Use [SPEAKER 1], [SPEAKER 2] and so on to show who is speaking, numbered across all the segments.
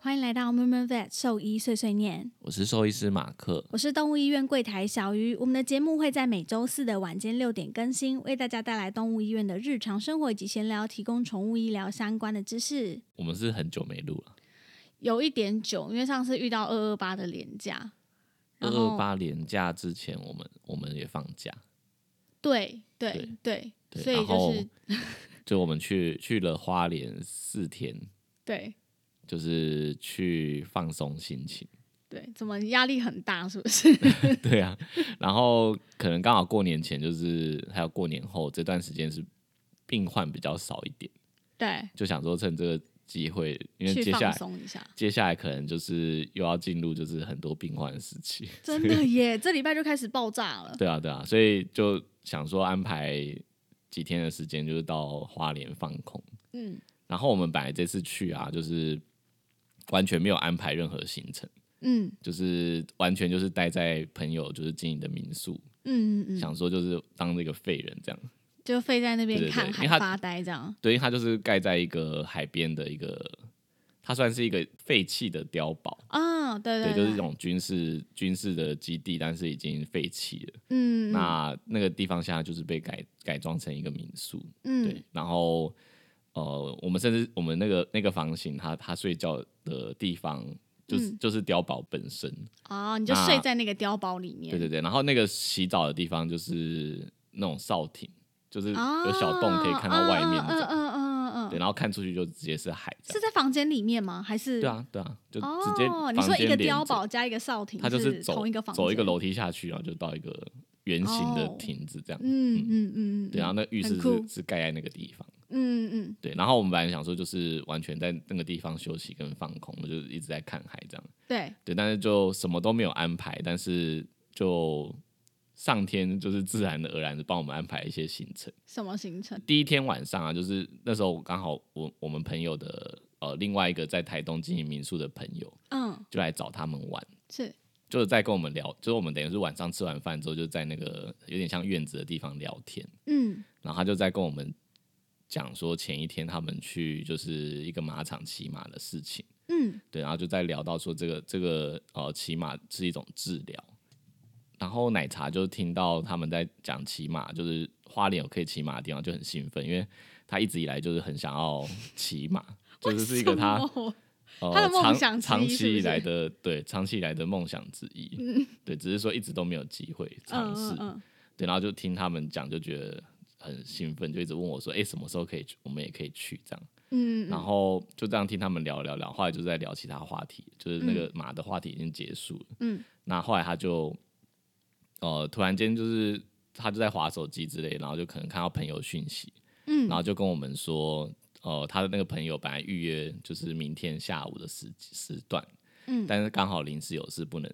[SPEAKER 1] 欢迎来到 m u r m u r Vet 兽医碎碎念，
[SPEAKER 2] 我是兽医师马克，
[SPEAKER 1] 我是动物医院柜台小鱼。我们的节目会在每周四的晚间六点更新，为大家带来动物医院的日常生活以及闲聊，提供宠物医疗相关的知识。
[SPEAKER 2] 我们是很久没录了，
[SPEAKER 1] 有一点久，因为上次遇到二二八的连假，
[SPEAKER 2] 二
[SPEAKER 1] 然后
[SPEAKER 2] 二八连假之前，我们我们也放假，
[SPEAKER 1] 对对对，
[SPEAKER 2] 对
[SPEAKER 1] 所以
[SPEAKER 2] 然后
[SPEAKER 1] 就是
[SPEAKER 2] 就我们去去了花莲四天，
[SPEAKER 1] 对
[SPEAKER 2] 就是去放松心情。
[SPEAKER 1] 对，怎么压力很大，是不是？
[SPEAKER 2] 对啊，然后可能刚好过年前就是还有过年后这段时间是病患比较少一点，
[SPEAKER 1] 对，
[SPEAKER 2] 就想说趁这个机会，因为
[SPEAKER 1] 去
[SPEAKER 2] 接
[SPEAKER 1] 放
[SPEAKER 2] 下来
[SPEAKER 1] 松一 下。
[SPEAKER 2] 接下来可能就是又要进入就是很多病患的时期，
[SPEAKER 1] 真的耶，这礼拜就开始爆炸了。
[SPEAKER 2] 对啊对啊，所以就想说安排几天的时间，就是到花莲放空。
[SPEAKER 1] 嗯
[SPEAKER 2] 然后我们本来这次去啊，就是完全没有安排任何行程，
[SPEAKER 1] 嗯
[SPEAKER 2] 就是完全就是待在朋友就是经营的民宿，
[SPEAKER 1] 嗯嗯嗯，
[SPEAKER 2] 想说就是当那个废人这样。
[SPEAKER 1] 就废在那
[SPEAKER 2] 对
[SPEAKER 1] 边
[SPEAKER 2] 对对
[SPEAKER 1] 看
[SPEAKER 2] 因
[SPEAKER 1] 海
[SPEAKER 2] 为它
[SPEAKER 1] 发呆这样。
[SPEAKER 2] 对，因为它就是盖在一个海边的一个，它算是一个废弃的碉堡，
[SPEAKER 1] 啊，对
[SPEAKER 2] 对，
[SPEAKER 1] 对，
[SPEAKER 2] 就是一种军事军事的基地，但是已经废弃了。
[SPEAKER 1] 嗯，
[SPEAKER 2] 那那个地方现在就是被改改装成一个民宿，
[SPEAKER 1] 嗯
[SPEAKER 2] 对，然后。呃，我们甚至我们那个那个房型，他他睡觉的地方就是、
[SPEAKER 1] 嗯
[SPEAKER 2] 就是碉堡本身，
[SPEAKER 1] 哦，你就
[SPEAKER 2] 那
[SPEAKER 1] 睡在那个碉堡里面。
[SPEAKER 2] 对对对。然后那个洗澡的地方就是那种哨亭，就是
[SPEAKER 1] 啊，
[SPEAKER 2] 有小洞可以看到外面那
[SPEAKER 1] 嗯
[SPEAKER 2] 种，
[SPEAKER 1] 嗯嗯嗯
[SPEAKER 2] 对，
[SPEAKER 1] 嗯，
[SPEAKER 2] 然后看出去就直接是海这样
[SPEAKER 1] 是。在房间里面吗？还是
[SPEAKER 2] 对？啊，对啊，就直接
[SPEAKER 1] 哦，你
[SPEAKER 2] 房
[SPEAKER 1] 说
[SPEAKER 2] 间
[SPEAKER 1] 一个
[SPEAKER 2] 连
[SPEAKER 1] 碉
[SPEAKER 2] 着
[SPEAKER 1] 堡，加一个哨亭，
[SPEAKER 2] 它就是走
[SPEAKER 1] 同一个房间，
[SPEAKER 2] 走一个。楼梯下去，然后就到一个圆形的
[SPEAKER 1] 哦
[SPEAKER 2] 亭子这样。
[SPEAKER 1] 嗯嗯嗯嗯，
[SPEAKER 2] 对，然后啊那浴
[SPEAKER 1] 很
[SPEAKER 2] 室
[SPEAKER 1] 酷
[SPEAKER 2] 是是盖在那个地方。
[SPEAKER 1] 嗯嗯
[SPEAKER 2] 对，然后我们本来想说就是完全在那个地方休息跟放空，我就一直在看海这样。
[SPEAKER 1] 对，
[SPEAKER 2] 对，但是就什么都没有安排，但是就上天就是自然而然的帮我们安排一些行程。
[SPEAKER 1] 什么行程？
[SPEAKER 2] 第一天晚上啊，就是那时候我刚好我我们朋友的呃另外一个在台东经营民宿的朋友
[SPEAKER 1] 嗯，
[SPEAKER 2] 就来找他们玩。
[SPEAKER 1] 是
[SPEAKER 2] 就是在跟我们聊，就是我们等于是晚上吃完饭之后，就在那个有点像院子的地方聊天，
[SPEAKER 1] 嗯
[SPEAKER 2] 然后他就在跟我们讲说前一天他们去就是一个马场骑马的事情，
[SPEAKER 1] 嗯
[SPEAKER 2] 对，然后就在聊到说这个这个呃骑马是一种治疗，然后奶茶就听到他们在讲骑马，就是花莲有可以骑马的地方就很兴奋，因为他一直以来就是很想要 骑马，就是是一个他
[SPEAKER 1] 为什么
[SPEAKER 2] 呃
[SPEAKER 1] 他的梦
[SPEAKER 2] 长
[SPEAKER 1] 想之一
[SPEAKER 2] 长
[SPEAKER 1] 是不
[SPEAKER 2] 期
[SPEAKER 1] 是
[SPEAKER 2] 以来的对长期以来的梦想之一， 对，只是说一直都没有机会尝试，
[SPEAKER 1] 嗯嗯嗯
[SPEAKER 2] 对，然后就听他们讲，就觉得很兴奋，就一直问我说，哎、什么时候可以去？我们也可以去这样，
[SPEAKER 1] 嗯，
[SPEAKER 2] 然后就这样听他们聊聊聊，后来就在聊其他话题，就是那个马的话题已经结束了，
[SPEAKER 1] 嗯，
[SPEAKER 2] 那后来他就呃突然间就是他就在划手机之类，然后就可能看到朋友讯息，
[SPEAKER 1] 嗯
[SPEAKER 2] 然后就跟我们说，呃，他的那个朋友本来预约就是明天下午的时时段，
[SPEAKER 1] 嗯
[SPEAKER 2] 但是刚好临时有事不能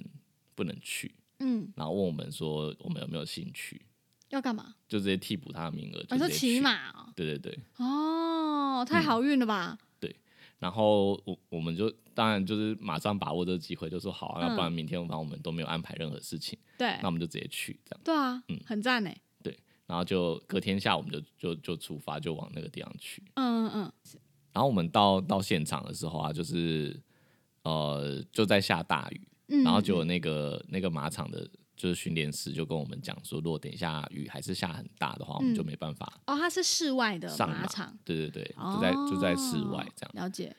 [SPEAKER 2] 不能去，
[SPEAKER 1] 嗯，
[SPEAKER 2] 然后问我们说我们有没有兴趣，
[SPEAKER 1] 要干嘛？
[SPEAKER 2] 就直接替补他的名额，
[SPEAKER 1] 我
[SPEAKER 2] 就
[SPEAKER 1] 哦说
[SPEAKER 2] 直接去嗯
[SPEAKER 1] 骑，马哦
[SPEAKER 2] 对对对，
[SPEAKER 1] 哦，太好运了吧？
[SPEAKER 2] 然后我我们就当然就是马上把握这个机会，就说好、啊，
[SPEAKER 1] 嗯
[SPEAKER 2] 那不然明天反正我们都没有安排任何事情，
[SPEAKER 1] 对
[SPEAKER 2] 那我们就直接去这样，
[SPEAKER 1] 对啊，
[SPEAKER 2] 嗯
[SPEAKER 1] 很赞呢。
[SPEAKER 2] 然后就隔天下午我们就就就出发，就往那个地方去。
[SPEAKER 1] 嗯嗯嗯，
[SPEAKER 2] 然后我们到到现场的时候啊，就是呃就在下大雨，
[SPEAKER 1] 嗯
[SPEAKER 2] 然后结果那个那个马场的，就是训练师就跟我们讲说，如果等一下雨还是下很大的话，我们就没办法。
[SPEAKER 1] 哦，它是室外的
[SPEAKER 2] 上
[SPEAKER 1] 马
[SPEAKER 2] 马
[SPEAKER 1] 场，
[SPEAKER 2] 对对对，
[SPEAKER 1] 哦
[SPEAKER 2] 就在就在室外这样。
[SPEAKER 1] 了解，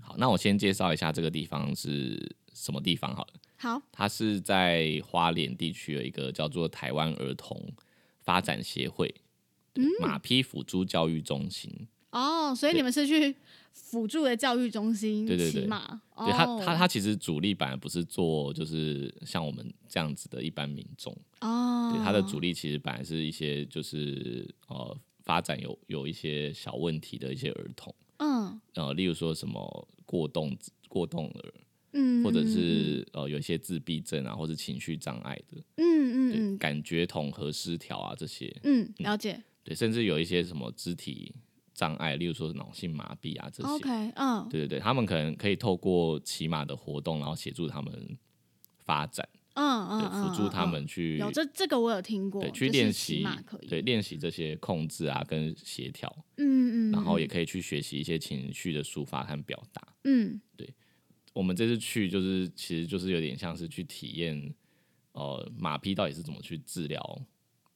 [SPEAKER 2] 好，那我先介绍一下这个地方是什么地方好了。
[SPEAKER 1] 好，
[SPEAKER 2] 它是在花莲地区有一个叫做台
[SPEAKER 1] 嗯
[SPEAKER 2] 湾儿童发展协会、对马匹辅助教育中心，
[SPEAKER 1] 哦，所以
[SPEAKER 2] 对
[SPEAKER 1] 你们是去辅助的教育中心
[SPEAKER 2] 对对对
[SPEAKER 1] 骑马？
[SPEAKER 2] 对他，
[SPEAKER 1] 哦
[SPEAKER 2] 他他其实主力本来不是做就是像我们这样子的一般民众，
[SPEAKER 1] 哦，
[SPEAKER 2] 对他的主力其实本来是一些就是呃发展有有一些小问题的一些儿童，
[SPEAKER 1] 嗯
[SPEAKER 2] 呃，例如说什么过动过动儿，
[SPEAKER 1] 嗯，
[SPEAKER 2] 或者
[SPEAKER 1] 嗯
[SPEAKER 2] 是呃有一些自闭症啊，或者情绪障碍的，
[SPEAKER 1] 嗯
[SPEAKER 2] 对
[SPEAKER 1] 嗯嗯
[SPEAKER 2] 感觉统合失调啊这些，
[SPEAKER 1] 嗯，了解。
[SPEAKER 2] 对，甚至有一些什么肢体障碍，例如说脑性麻痹啊这些。
[SPEAKER 1] OK，嗯
[SPEAKER 2] 对对对，他们可能可以透过骑马的活动，然后协助他们发展，
[SPEAKER 1] 嗯嗯
[SPEAKER 2] 对，
[SPEAKER 1] 嗯，
[SPEAKER 2] 辅助他
[SPEAKER 1] 嗯。嗯
[SPEAKER 2] 们去
[SPEAKER 1] 有这这个我有听过，
[SPEAKER 2] 对
[SPEAKER 1] 就
[SPEAKER 2] 去
[SPEAKER 1] 是
[SPEAKER 2] 练
[SPEAKER 1] 骑
[SPEAKER 2] 习
[SPEAKER 1] 马可以，，
[SPEAKER 2] 对练习这些控制啊跟协调，
[SPEAKER 1] 嗯嗯，
[SPEAKER 2] 然后也
[SPEAKER 1] 嗯
[SPEAKER 2] 可以去学习一些情绪的抒发和表达。
[SPEAKER 1] 嗯
[SPEAKER 2] 我们这次去就是其实就是有点像是去体验，呃，马匹到底是怎么去治疗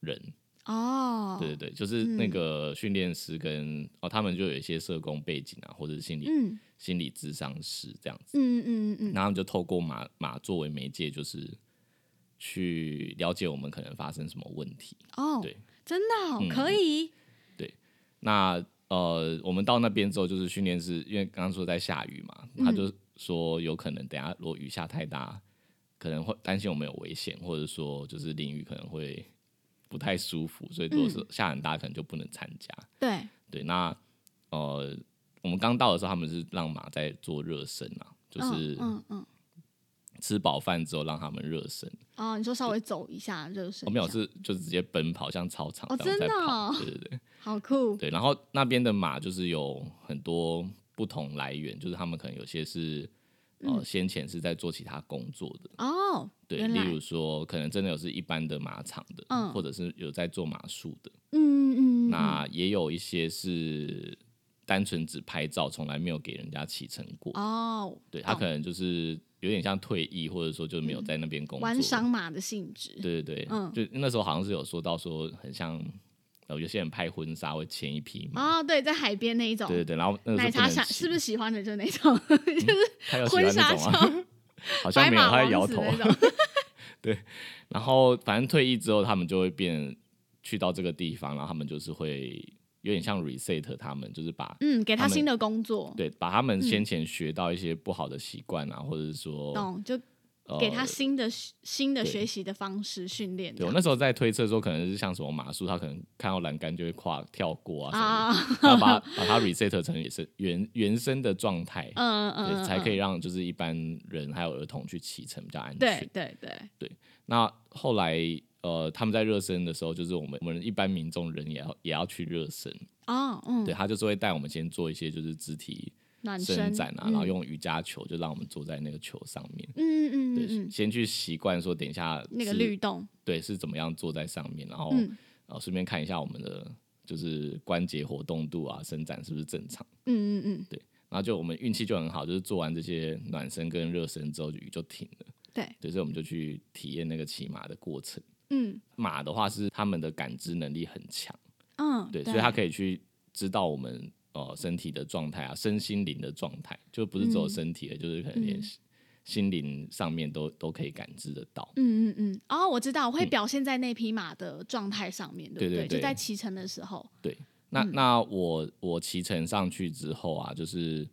[SPEAKER 2] 人。
[SPEAKER 1] 哦，
[SPEAKER 2] 对对对，就是那
[SPEAKER 1] 嗯
[SPEAKER 2] 个训练师跟、哦，他们就有一些社工背景啊，或者是心理、
[SPEAKER 1] 嗯
[SPEAKER 2] 心理智商师这样子。
[SPEAKER 1] 嗯嗯嗯嗯
[SPEAKER 2] 然后他们就透过马马作为媒介，就是去了解我们可能发生什么问题。
[SPEAKER 1] 哦，
[SPEAKER 2] 对，
[SPEAKER 1] 真的哦
[SPEAKER 2] 嗯
[SPEAKER 1] 可以，
[SPEAKER 2] 那呃，我们到那边之后，就是训练师，因为刚刚说在下雨嘛，
[SPEAKER 1] 嗯
[SPEAKER 2] 他就说有可能等下如果雨下太大，可能会担心我们有危险，或者说就是淋雨可能会不太舒服，所以如果
[SPEAKER 1] 嗯
[SPEAKER 2] 是下很大，可能就不能参加。
[SPEAKER 1] 对，
[SPEAKER 2] 对，那呃，我们刚到的时候，他们是让马在做热身啊，就是
[SPEAKER 1] 嗯嗯嗯，
[SPEAKER 2] 吃饱饭之后让他们热身。
[SPEAKER 1] 哦，你说稍微走一下热身一下，
[SPEAKER 2] 我哦没有是就是直接奔跑，像操场
[SPEAKER 1] 哦
[SPEAKER 2] 这样在
[SPEAKER 1] 真的
[SPEAKER 2] 跑。
[SPEAKER 1] 哦
[SPEAKER 2] 对对对
[SPEAKER 1] 好酷，
[SPEAKER 2] 对，然后那边的马就是有很多不同来源，就是他们可能有些是。呃，先前是在做其他工作的，
[SPEAKER 1] 哦，嗯
[SPEAKER 2] 对，
[SPEAKER 1] 原
[SPEAKER 2] 例
[SPEAKER 1] 来
[SPEAKER 2] 如说，可能真的有是一般的马场的，
[SPEAKER 1] 嗯
[SPEAKER 2] 或者是有在做马术的，
[SPEAKER 1] 嗯嗯嗯，嗯
[SPEAKER 2] 那也有一些是单纯只拍照，从来没有给人家骑乘过，
[SPEAKER 1] 哦，
[SPEAKER 2] 对他
[SPEAKER 1] 懂嗯
[SPEAKER 2] 可能就是有点像退役，或者说就没有在那边工作。
[SPEAKER 1] 玩赏马的性质，
[SPEAKER 2] 对对对，
[SPEAKER 1] 嗯
[SPEAKER 2] 就那时候好像是有说到说很像，呃，有些人拍婚纱会牵一匹马。
[SPEAKER 1] 哦，对，在海边那一种
[SPEAKER 2] 对，对对，然后那个
[SPEAKER 1] 奶
[SPEAKER 2] 时候
[SPEAKER 1] 茶
[SPEAKER 2] 不能
[SPEAKER 1] 想
[SPEAKER 2] 骑
[SPEAKER 1] 是不是喜欢的就是那种
[SPEAKER 2] 他有喜
[SPEAKER 1] 婚
[SPEAKER 2] 欢那
[SPEAKER 1] 纱
[SPEAKER 2] 种啊？
[SPEAKER 1] 照，
[SPEAKER 2] 好像
[SPEAKER 1] 白
[SPEAKER 2] 没有，
[SPEAKER 1] 马
[SPEAKER 2] 他在摇
[SPEAKER 1] 王子
[SPEAKER 2] 头。啊
[SPEAKER 1] 那种，
[SPEAKER 2] 然后反正退役之后，他们就会变去到这个地方，然后他们就是会有点像 reset 他们，就是把
[SPEAKER 1] 嗯，给他
[SPEAKER 2] 他们
[SPEAKER 1] 新的工作，
[SPEAKER 2] 对把他们先前学到一些不好的习惯啊，或者是说
[SPEAKER 1] 嗯懂就
[SPEAKER 2] 呃
[SPEAKER 1] 给他新的学新的
[SPEAKER 2] 对
[SPEAKER 1] 学习的方式训练这
[SPEAKER 2] 对，我
[SPEAKER 1] 样，
[SPEAKER 2] 那时候在推测说，可能是像什么马术，他可能看到栏杆就会跨跳过啊
[SPEAKER 1] 啊，
[SPEAKER 2] 什么 的，然后把把它 reset 成也是原原生的状态，
[SPEAKER 1] 嗯嗯
[SPEAKER 2] 对，
[SPEAKER 1] 嗯，
[SPEAKER 2] 才可
[SPEAKER 1] 嗯，
[SPEAKER 2] 以让就是一般人还有儿童去骑乘比较安
[SPEAKER 1] 对
[SPEAKER 2] 全。
[SPEAKER 1] 对对，
[SPEAKER 2] 那后来呃，他们在热身的时候，就是我们我们一般民众人也要也要去热身，
[SPEAKER 1] 哦，嗯
[SPEAKER 2] 对，他就是会带我们先做一些就是肢体
[SPEAKER 1] 暖
[SPEAKER 2] 伸
[SPEAKER 1] 身
[SPEAKER 2] 展啊，
[SPEAKER 1] 嗯
[SPEAKER 2] 然后用瑜伽球就让我们坐在那个球上面。
[SPEAKER 1] 嗯嗯
[SPEAKER 2] 对，
[SPEAKER 1] 嗯嗯，
[SPEAKER 2] 先去习惯说，等一下
[SPEAKER 1] 那个
[SPEAKER 2] 是
[SPEAKER 1] 律动，
[SPEAKER 2] 对是怎么样坐在上面，然后、
[SPEAKER 1] 嗯
[SPEAKER 2] 呃，顺便看一下我们的就是关节活动度啊、伸展是不是正常。
[SPEAKER 1] 嗯嗯嗯，
[SPEAKER 2] 然后就我们运气就很好，就是做完这些暖身跟热身之后，雨就停了。
[SPEAKER 1] 对，
[SPEAKER 2] 对，所以我们就去体验那个骑马的过程。
[SPEAKER 1] 嗯
[SPEAKER 2] 马的话是他们的感知能力很强，
[SPEAKER 1] 嗯，
[SPEAKER 2] 对，所以它可
[SPEAKER 1] 以，
[SPEAKER 2] 以去知道我们呃身体的状态啊、身心灵的状态，就不是只有
[SPEAKER 1] 嗯
[SPEAKER 2] 身体的，就是可能连
[SPEAKER 1] 嗯
[SPEAKER 2] 心心灵上面都都可以感知得到。
[SPEAKER 1] 嗯嗯嗯，哦，我知道，我会表现在那匹马的状态上面，对不
[SPEAKER 2] 对对
[SPEAKER 1] 就
[SPEAKER 2] 对
[SPEAKER 1] 在骑乘的时候，
[SPEAKER 2] 那
[SPEAKER 1] 嗯
[SPEAKER 2] 那我我骑乘上去之后啊，就是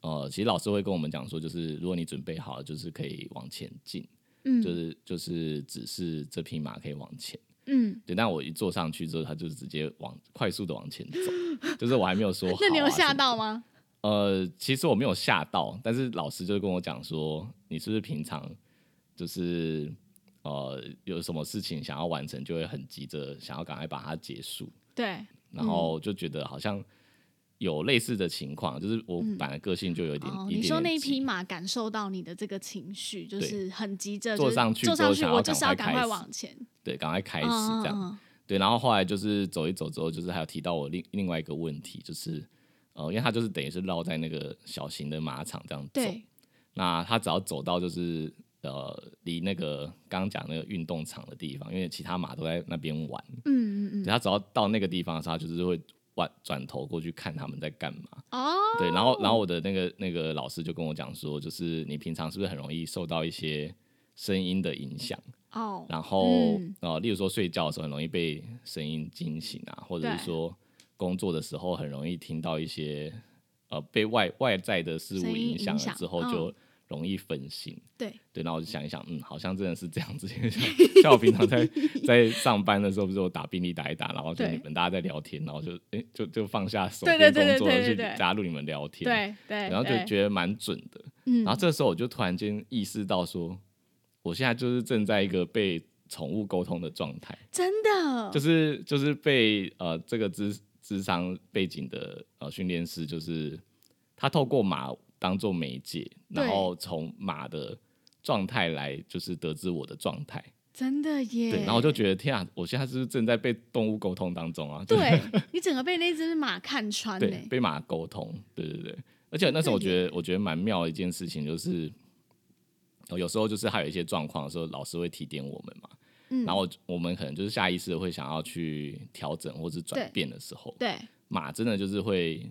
[SPEAKER 2] 呃，其实老师会跟我们讲说，就是如果你准备好了，就是可以往前进，
[SPEAKER 1] 嗯，
[SPEAKER 2] 就是就是只是这匹马可以往前。
[SPEAKER 1] 嗯，
[SPEAKER 2] 对，但我一坐上去之后，它就直接往快速的往前走， 就是我还没有说好、啊。
[SPEAKER 1] 那你有
[SPEAKER 2] 什
[SPEAKER 1] 吓
[SPEAKER 2] 么？
[SPEAKER 1] 到吗？
[SPEAKER 2] 呃，其实我没有吓到，但是老师就跟我讲说，你是不是平常就是呃有什么事情想要完成，就会很急着想要赶快把它结束。
[SPEAKER 1] 对，
[SPEAKER 2] 然后
[SPEAKER 1] 嗯
[SPEAKER 2] 就觉得好像有类似的情况，就是我本来个性就有一点，
[SPEAKER 1] 嗯哦，
[SPEAKER 2] 一点
[SPEAKER 1] 你说那
[SPEAKER 2] 点
[SPEAKER 1] 一匹
[SPEAKER 2] 急
[SPEAKER 1] 马感受到你的这个情绪，就
[SPEAKER 2] 对
[SPEAKER 1] 是很急着
[SPEAKER 2] 坐
[SPEAKER 1] 就是
[SPEAKER 2] 上去
[SPEAKER 1] 坐
[SPEAKER 2] 之后
[SPEAKER 1] 上去，
[SPEAKER 2] 想要
[SPEAKER 1] 我就是要
[SPEAKER 2] 赶
[SPEAKER 1] 赶
[SPEAKER 2] 快开
[SPEAKER 1] 快
[SPEAKER 2] 始
[SPEAKER 1] 往前，
[SPEAKER 2] 对，赶快开始
[SPEAKER 1] 嗯
[SPEAKER 2] 这样、
[SPEAKER 1] 嗯
[SPEAKER 2] 对，然后后来就是走一走之后，就是还有提到我另另外一个问题，就是呃，因为他就是等于是绕在那个小型的马场这样走，
[SPEAKER 1] 对，
[SPEAKER 2] 那他只要走到就是呃离那个刚刚讲那个运动场的地方，因为其他马都在那边玩，
[SPEAKER 1] 嗯嗯嗯，
[SPEAKER 2] 对他只要到那个地方的时候，他就是会转转头过去看他们在干嘛。
[SPEAKER 1] 哦，
[SPEAKER 2] 对，然后然后我的那个那个老师就跟我讲说，就是你平常是不是很容易受到一些声音的影响？
[SPEAKER 1] 哦，
[SPEAKER 2] 然后、
[SPEAKER 1] 嗯
[SPEAKER 2] 呃，例如说睡觉的时候很容易被声音惊醒啊，或者
[SPEAKER 1] 对
[SPEAKER 2] 是说工作的时候，很容易听到一些呃被外外在的事
[SPEAKER 1] 声
[SPEAKER 2] 物
[SPEAKER 1] 音
[SPEAKER 2] 影响
[SPEAKER 1] 影
[SPEAKER 2] 了
[SPEAKER 1] 响
[SPEAKER 2] 之后，
[SPEAKER 1] 嗯
[SPEAKER 2] 就容易分心。
[SPEAKER 1] 对，
[SPEAKER 2] 对，然后我就想一想，嗯，好像真的是这样子。因为像像我平常在在上班的时候，不是我打病历打一打，然后就
[SPEAKER 1] 对
[SPEAKER 2] 你们大家在聊天，然后就诶就就放下手
[SPEAKER 1] 对
[SPEAKER 2] 边
[SPEAKER 1] 对对对
[SPEAKER 2] 工作，
[SPEAKER 1] 对
[SPEAKER 2] 去
[SPEAKER 1] 对对
[SPEAKER 2] 加入你们聊天。
[SPEAKER 1] 对对，
[SPEAKER 2] 然后就
[SPEAKER 1] 对
[SPEAKER 2] 觉得蛮准的。
[SPEAKER 1] 嗯
[SPEAKER 2] 然后这时候我就突然间意识到说，我现在就是正在一个被宠物沟通的状态，
[SPEAKER 1] 真的
[SPEAKER 2] 就是就是被呃这个智智商背景的呃训练师，就是他透过马当做媒介，
[SPEAKER 1] 对
[SPEAKER 2] 然后从马的状态来就是得知我的状态。
[SPEAKER 1] 真的耶。
[SPEAKER 2] 对，然后我就觉得天啊，我现在是不是正在被动物沟通当中啊？就是
[SPEAKER 1] 对啊你整个被那只马看穿呢、
[SPEAKER 2] 对，被马沟通，对对对。而且那时候我觉得，我觉得蛮妙的一件事情就是，呃有时候就是还有一些状况的时候，老师会提点我们嘛，
[SPEAKER 1] 嗯
[SPEAKER 2] 然后我们可能就是下意识地会想要去调整或是转
[SPEAKER 1] 对
[SPEAKER 2] 变的时候，
[SPEAKER 1] 对
[SPEAKER 2] 马真的就是会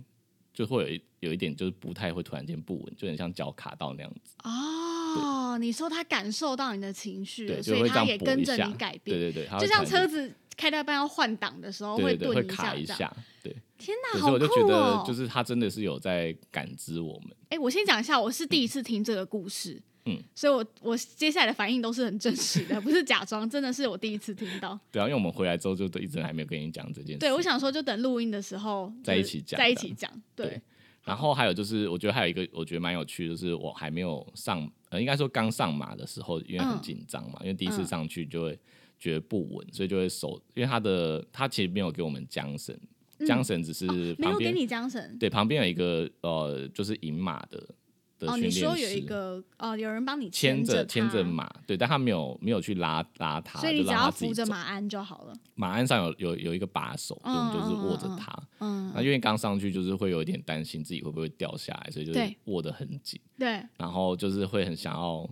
[SPEAKER 2] 就会有一有一点就是不太会突然间不稳，就很像脚卡到那样子，
[SPEAKER 1] 哦，你说他感受到你的情绪
[SPEAKER 2] 对，
[SPEAKER 1] 了，
[SPEAKER 2] 就
[SPEAKER 1] 啊所
[SPEAKER 2] 会
[SPEAKER 1] 以
[SPEAKER 2] 这
[SPEAKER 1] 他
[SPEAKER 2] 样
[SPEAKER 1] 也
[SPEAKER 2] 拨
[SPEAKER 1] 跟
[SPEAKER 2] 一
[SPEAKER 1] 着
[SPEAKER 2] 下
[SPEAKER 1] 你改，变，
[SPEAKER 2] 对对对，它
[SPEAKER 1] 就
[SPEAKER 2] 会
[SPEAKER 1] 像
[SPEAKER 2] 突然
[SPEAKER 1] 车子开到一半要换挡的时候
[SPEAKER 2] 间对对对
[SPEAKER 1] 顿
[SPEAKER 2] 会
[SPEAKER 1] 一
[SPEAKER 2] 卡
[SPEAKER 1] 下，这样。
[SPEAKER 2] 下，对，
[SPEAKER 1] 天哪，
[SPEAKER 2] 对所以
[SPEAKER 1] 好
[SPEAKER 2] 我就
[SPEAKER 1] 酷
[SPEAKER 2] 觉得
[SPEAKER 1] 哦！
[SPEAKER 2] 就是他真的是有在感知我们，
[SPEAKER 1] 哎、我先讲一下，我是第一次听这个故事，
[SPEAKER 2] 嗯，
[SPEAKER 1] 所以我我接下来的反应都是很真实的，不是假装，真的是我第一次听到。
[SPEAKER 2] 对啊，因为我们回来之后就都一直还没有跟你讲这件事，
[SPEAKER 1] 对，我想说，就等录音的时候
[SPEAKER 2] 在
[SPEAKER 1] 就是
[SPEAKER 2] 一起讲
[SPEAKER 1] 在一
[SPEAKER 2] 这样
[SPEAKER 1] 起讲。对
[SPEAKER 2] 对，然后还有就是，我觉得还有一个我觉得蛮有趣的，就是我还没有上，呃，应该说刚上马的时候，因为很
[SPEAKER 1] 嗯
[SPEAKER 2] 紧张嘛，因为第一次
[SPEAKER 1] 嗯
[SPEAKER 2] 上去就会觉得不稳，所以就会手，因为他的他其实没有给我们缰绳，缰绳只是
[SPEAKER 1] 嗯哦没
[SPEAKER 2] 旁
[SPEAKER 1] 有给
[SPEAKER 2] 边、
[SPEAKER 1] 你缰绳。
[SPEAKER 2] 对旁边有一个呃，就是引马的的
[SPEAKER 1] 哦，
[SPEAKER 2] 训
[SPEAKER 1] 你
[SPEAKER 2] 练师，
[SPEAKER 1] 说有一个哦，有人帮你
[SPEAKER 2] 牵
[SPEAKER 1] 着
[SPEAKER 2] 牵着
[SPEAKER 1] 它，
[SPEAKER 2] 马，对，但他没有没有去拉拉他，
[SPEAKER 1] 所以你
[SPEAKER 2] 就
[SPEAKER 1] 只
[SPEAKER 2] 让
[SPEAKER 1] 要
[SPEAKER 2] 他自
[SPEAKER 1] 扶
[SPEAKER 2] 己
[SPEAKER 1] 着
[SPEAKER 2] 走
[SPEAKER 1] 马鞍就好了。
[SPEAKER 2] 马鞍上有有有一个把手，所以我们就是握着
[SPEAKER 1] 嗯嗯嗯嗯
[SPEAKER 2] 它。
[SPEAKER 1] 嗯，
[SPEAKER 2] 那因为刚上去就是会有一点担心自己会不会掉下来，所以就是
[SPEAKER 1] 对
[SPEAKER 2] 握得很紧，
[SPEAKER 1] 对，
[SPEAKER 2] 然后就是会很想要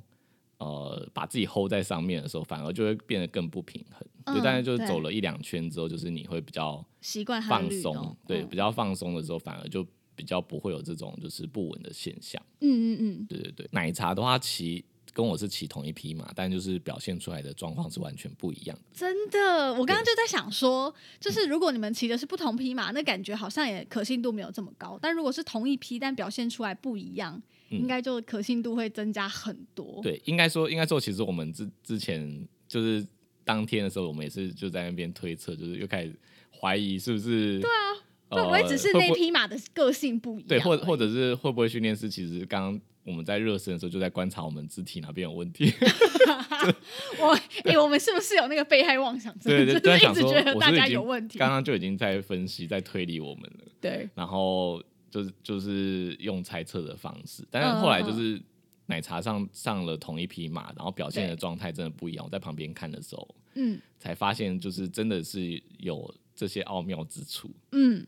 [SPEAKER 2] 呃把自己 hold 在上面的时候，反而就会变得更不平衡。
[SPEAKER 1] 嗯
[SPEAKER 2] 对，但是就是
[SPEAKER 1] 对
[SPEAKER 2] 走了一两圈之后，就是你会比较
[SPEAKER 1] 习惯它的
[SPEAKER 2] 放
[SPEAKER 1] 律
[SPEAKER 2] 松，
[SPEAKER 1] 动
[SPEAKER 2] 对，
[SPEAKER 1] 嗯
[SPEAKER 2] 比较放松的时候，反而就比较不会有这种就是不稳的现象。
[SPEAKER 1] 嗯嗯嗯，
[SPEAKER 2] 对对对，奶茶的话骑跟我是骑同一匹马，但就是表现出来的状况是完全不一样的。
[SPEAKER 1] 真的，我刚刚就在想说，就是如果你们骑的是不同匹马，那感觉好像也可信度没有这么高。但如果是同一匹，但表现出来不一样，应该就可信度会增加很多。
[SPEAKER 2] 嗯对，应该说应该说，其实我们之之前就是当天的时候，我们也是就在那边推测，就是又开始怀疑是不是对啊，
[SPEAKER 1] 会不会只是那
[SPEAKER 2] 会
[SPEAKER 1] 啊
[SPEAKER 2] 不会
[SPEAKER 1] 匹马的个性不一样？
[SPEAKER 2] 对，或或
[SPEAKER 1] 者
[SPEAKER 2] 者是会不会训练师其实刚刚我们在热身的时候就在观察我们肢体哪边有 问题？
[SPEAKER 1] 我哎、我们是不是有那个被害妄想症？就
[SPEAKER 2] 对对，
[SPEAKER 1] 是
[SPEAKER 2] 就在
[SPEAKER 1] 一
[SPEAKER 2] 想
[SPEAKER 1] 直
[SPEAKER 2] 说
[SPEAKER 1] 觉得
[SPEAKER 2] 我
[SPEAKER 1] 大
[SPEAKER 2] 是不
[SPEAKER 1] 家
[SPEAKER 2] 是已
[SPEAKER 1] 有
[SPEAKER 2] 经
[SPEAKER 1] 问题。
[SPEAKER 2] 刚刚就已经在分析在推理我们了，
[SPEAKER 1] 对，
[SPEAKER 2] 然后就是就是用猜测的方式，但
[SPEAKER 1] 嗯
[SPEAKER 2] 是后来
[SPEAKER 1] 嗯
[SPEAKER 2] 就是。奶茶上上了同一匹马，然后表现的
[SPEAKER 1] 对
[SPEAKER 2] 状态真的不一样。我在旁边看的时候，
[SPEAKER 1] 嗯
[SPEAKER 2] 才发现就是真的是有这些奥妙之处。
[SPEAKER 1] 嗯，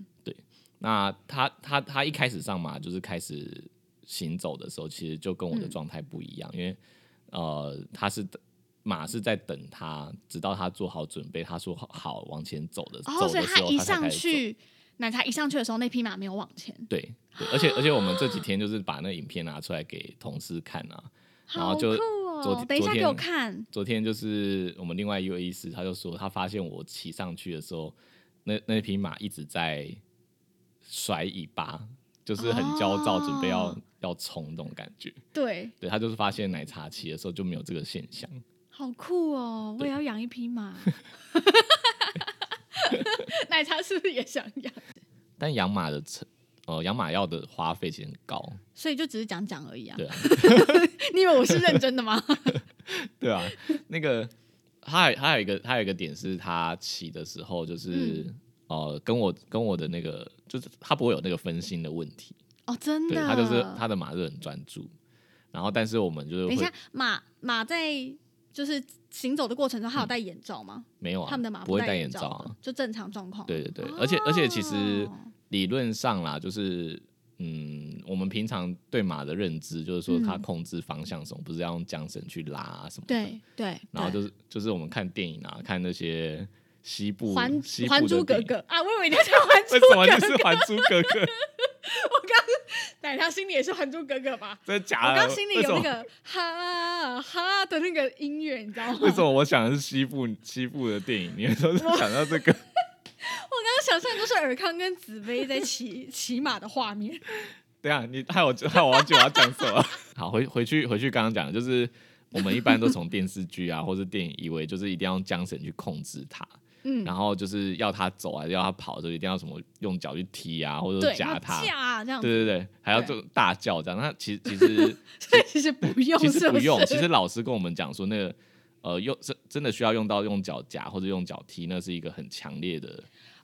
[SPEAKER 2] 那他他他一开始上马就是开始行走的时候，其实就跟我
[SPEAKER 1] 嗯
[SPEAKER 2] 的状态不一样，因为呃，他是马是在等他，直到他做好准备，他说好好往前走的，
[SPEAKER 1] 哦，
[SPEAKER 2] 走
[SPEAKER 1] 所以
[SPEAKER 2] 的时
[SPEAKER 1] 他
[SPEAKER 2] 候
[SPEAKER 1] 一
[SPEAKER 2] 他才
[SPEAKER 1] 上
[SPEAKER 2] 开始走。
[SPEAKER 1] 去，奶茶一上去的时候，那匹马没有往前，
[SPEAKER 2] 对对，而且而且我们这几天就是把那影片拿出来给同事看啊，然
[SPEAKER 1] 好
[SPEAKER 2] 后
[SPEAKER 1] 酷
[SPEAKER 2] 就昨
[SPEAKER 1] 哦！
[SPEAKER 2] 天
[SPEAKER 1] 等一下
[SPEAKER 2] 昨
[SPEAKER 1] 给
[SPEAKER 2] 天
[SPEAKER 1] 我看，
[SPEAKER 2] 昨天就是我们另外一位医师，他就说他发现我骑上去的时候，那那匹马一直在甩尾巴，就是很焦躁，
[SPEAKER 1] 哦
[SPEAKER 2] 准备要要冲这种感觉。
[SPEAKER 1] 对，
[SPEAKER 2] 对他就是发现奶茶骑的时候就没有这个现象，
[SPEAKER 1] 好酷哦！我也要养一匹 马。奶茶是不是也想养？
[SPEAKER 2] 但养马的成呃养马药的花费其实很高，
[SPEAKER 1] 所以就只是讲讲而已啊
[SPEAKER 2] 对。啊
[SPEAKER 1] 你以为我是认真的吗？
[SPEAKER 2] 对啊，那个他还还有一个还有一个点是他骑的时候就是、呃跟我跟我的那个就是他不会有那个分心的问题。
[SPEAKER 1] 哦，真
[SPEAKER 2] 对
[SPEAKER 1] 的。
[SPEAKER 2] 他就是他的马是很专注，然后但是我们就是
[SPEAKER 1] 等一
[SPEAKER 2] 会
[SPEAKER 1] 下，马马在就是行走的过程中，它有戴眼罩吗？
[SPEAKER 2] 没有啊，
[SPEAKER 1] 他们的马
[SPEAKER 2] 不会戴
[SPEAKER 1] 眼
[SPEAKER 2] 罩
[SPEAKER 1] 的
[SPEAKER 2] 啊，，
[SPEAKER 1] 就正常状况。
[SPEAKER 2] 对对对
[SPEAKER 1] 哦，
[SPEAKER 2] 而且而且其实理论上啦，就是嗯，我们平常对马的认知就是说它
[SPEAKER 1] 嗯
[SPEAKER 2] 控制方向什么，不是要用缰绳去拉啊什么的，
[SPEAKER 1] 对对，
[SPEAKER 2] 然后
[SPEAKER 1] 对
[SPEAKER 2] 就是就是我们看电影啊，看那些西部
[SPEAKER 1] 还
[SPEAKER 2] 西
[SPEAKER 1] 《
[SPEAKER 2] 部
[SPEAKER 1] 还
[SPEAKER 2] 的
[SPEAKER 1] 珠格
[SPEAKER 2] 电影
[SPEAKER 1] 格》啊，我以为你在讲《还珠
[SPEAKER 2] 为什么就是《还珠格 格》？
[SPEAKER 1] 奶茶心里也是《还珠格格》吧？
[SPEAKER 2] 真的假
[SPEAKER 1] 我
[SPEAKER 2] 的？
[SPEAKER 1] 刚心里
[SPEAKER 2] 啊为
[SPEAKER 1] 有
[SPEAKER 2] 什
[SPEAKER 1] 那
[SPEAKER 2] 么
[SPEAKER 1] 个哈哈的那个音乐，你知道吗？我
[SPEAKER 2] 为什么我想的是西部西部的电影，你为什么是想到这个？
[SPEAKER 1] 刚刚想象就是尔康跟紫薇在骑 骑马的画面。
[SPEAKER 2] 对啊，你害我害我忘记我要讲什 么。好，回回去回去刚刚讲的，就是我们一般都从电视剧啊或是电影以为就是一定要用缰绳去控制它，
[SPEAKER 1] 嗯，
[SPEAKER 2] 然后就是要它走还是要它跑，就一定要什么用脚去踢啊，或者
[SPEAKER 1] 对，
[SPEAKER 2] 说夹
[SPEAKER 1] 要
[SPEAKER 2] 它。
[SPEAKER 1] 架啊这样子。
[SPEAKER 2] 对对对，还要
[SPEAKER 1] 对
[SPEAKER 2] 就大叫这样。那其实其实
[SPEAKER 1] 所以其实不 用，
[SPEAKER 2] 其实
[SPEAKER 1] 是
[SPEAKER 2] 不
[SPEAKER 1] 是
[SPEAKER 2] 用，其实老师跟我们讲说那个。呃，用真真的需要用到用脚夹或者用脚踢，那是一个很强烈的，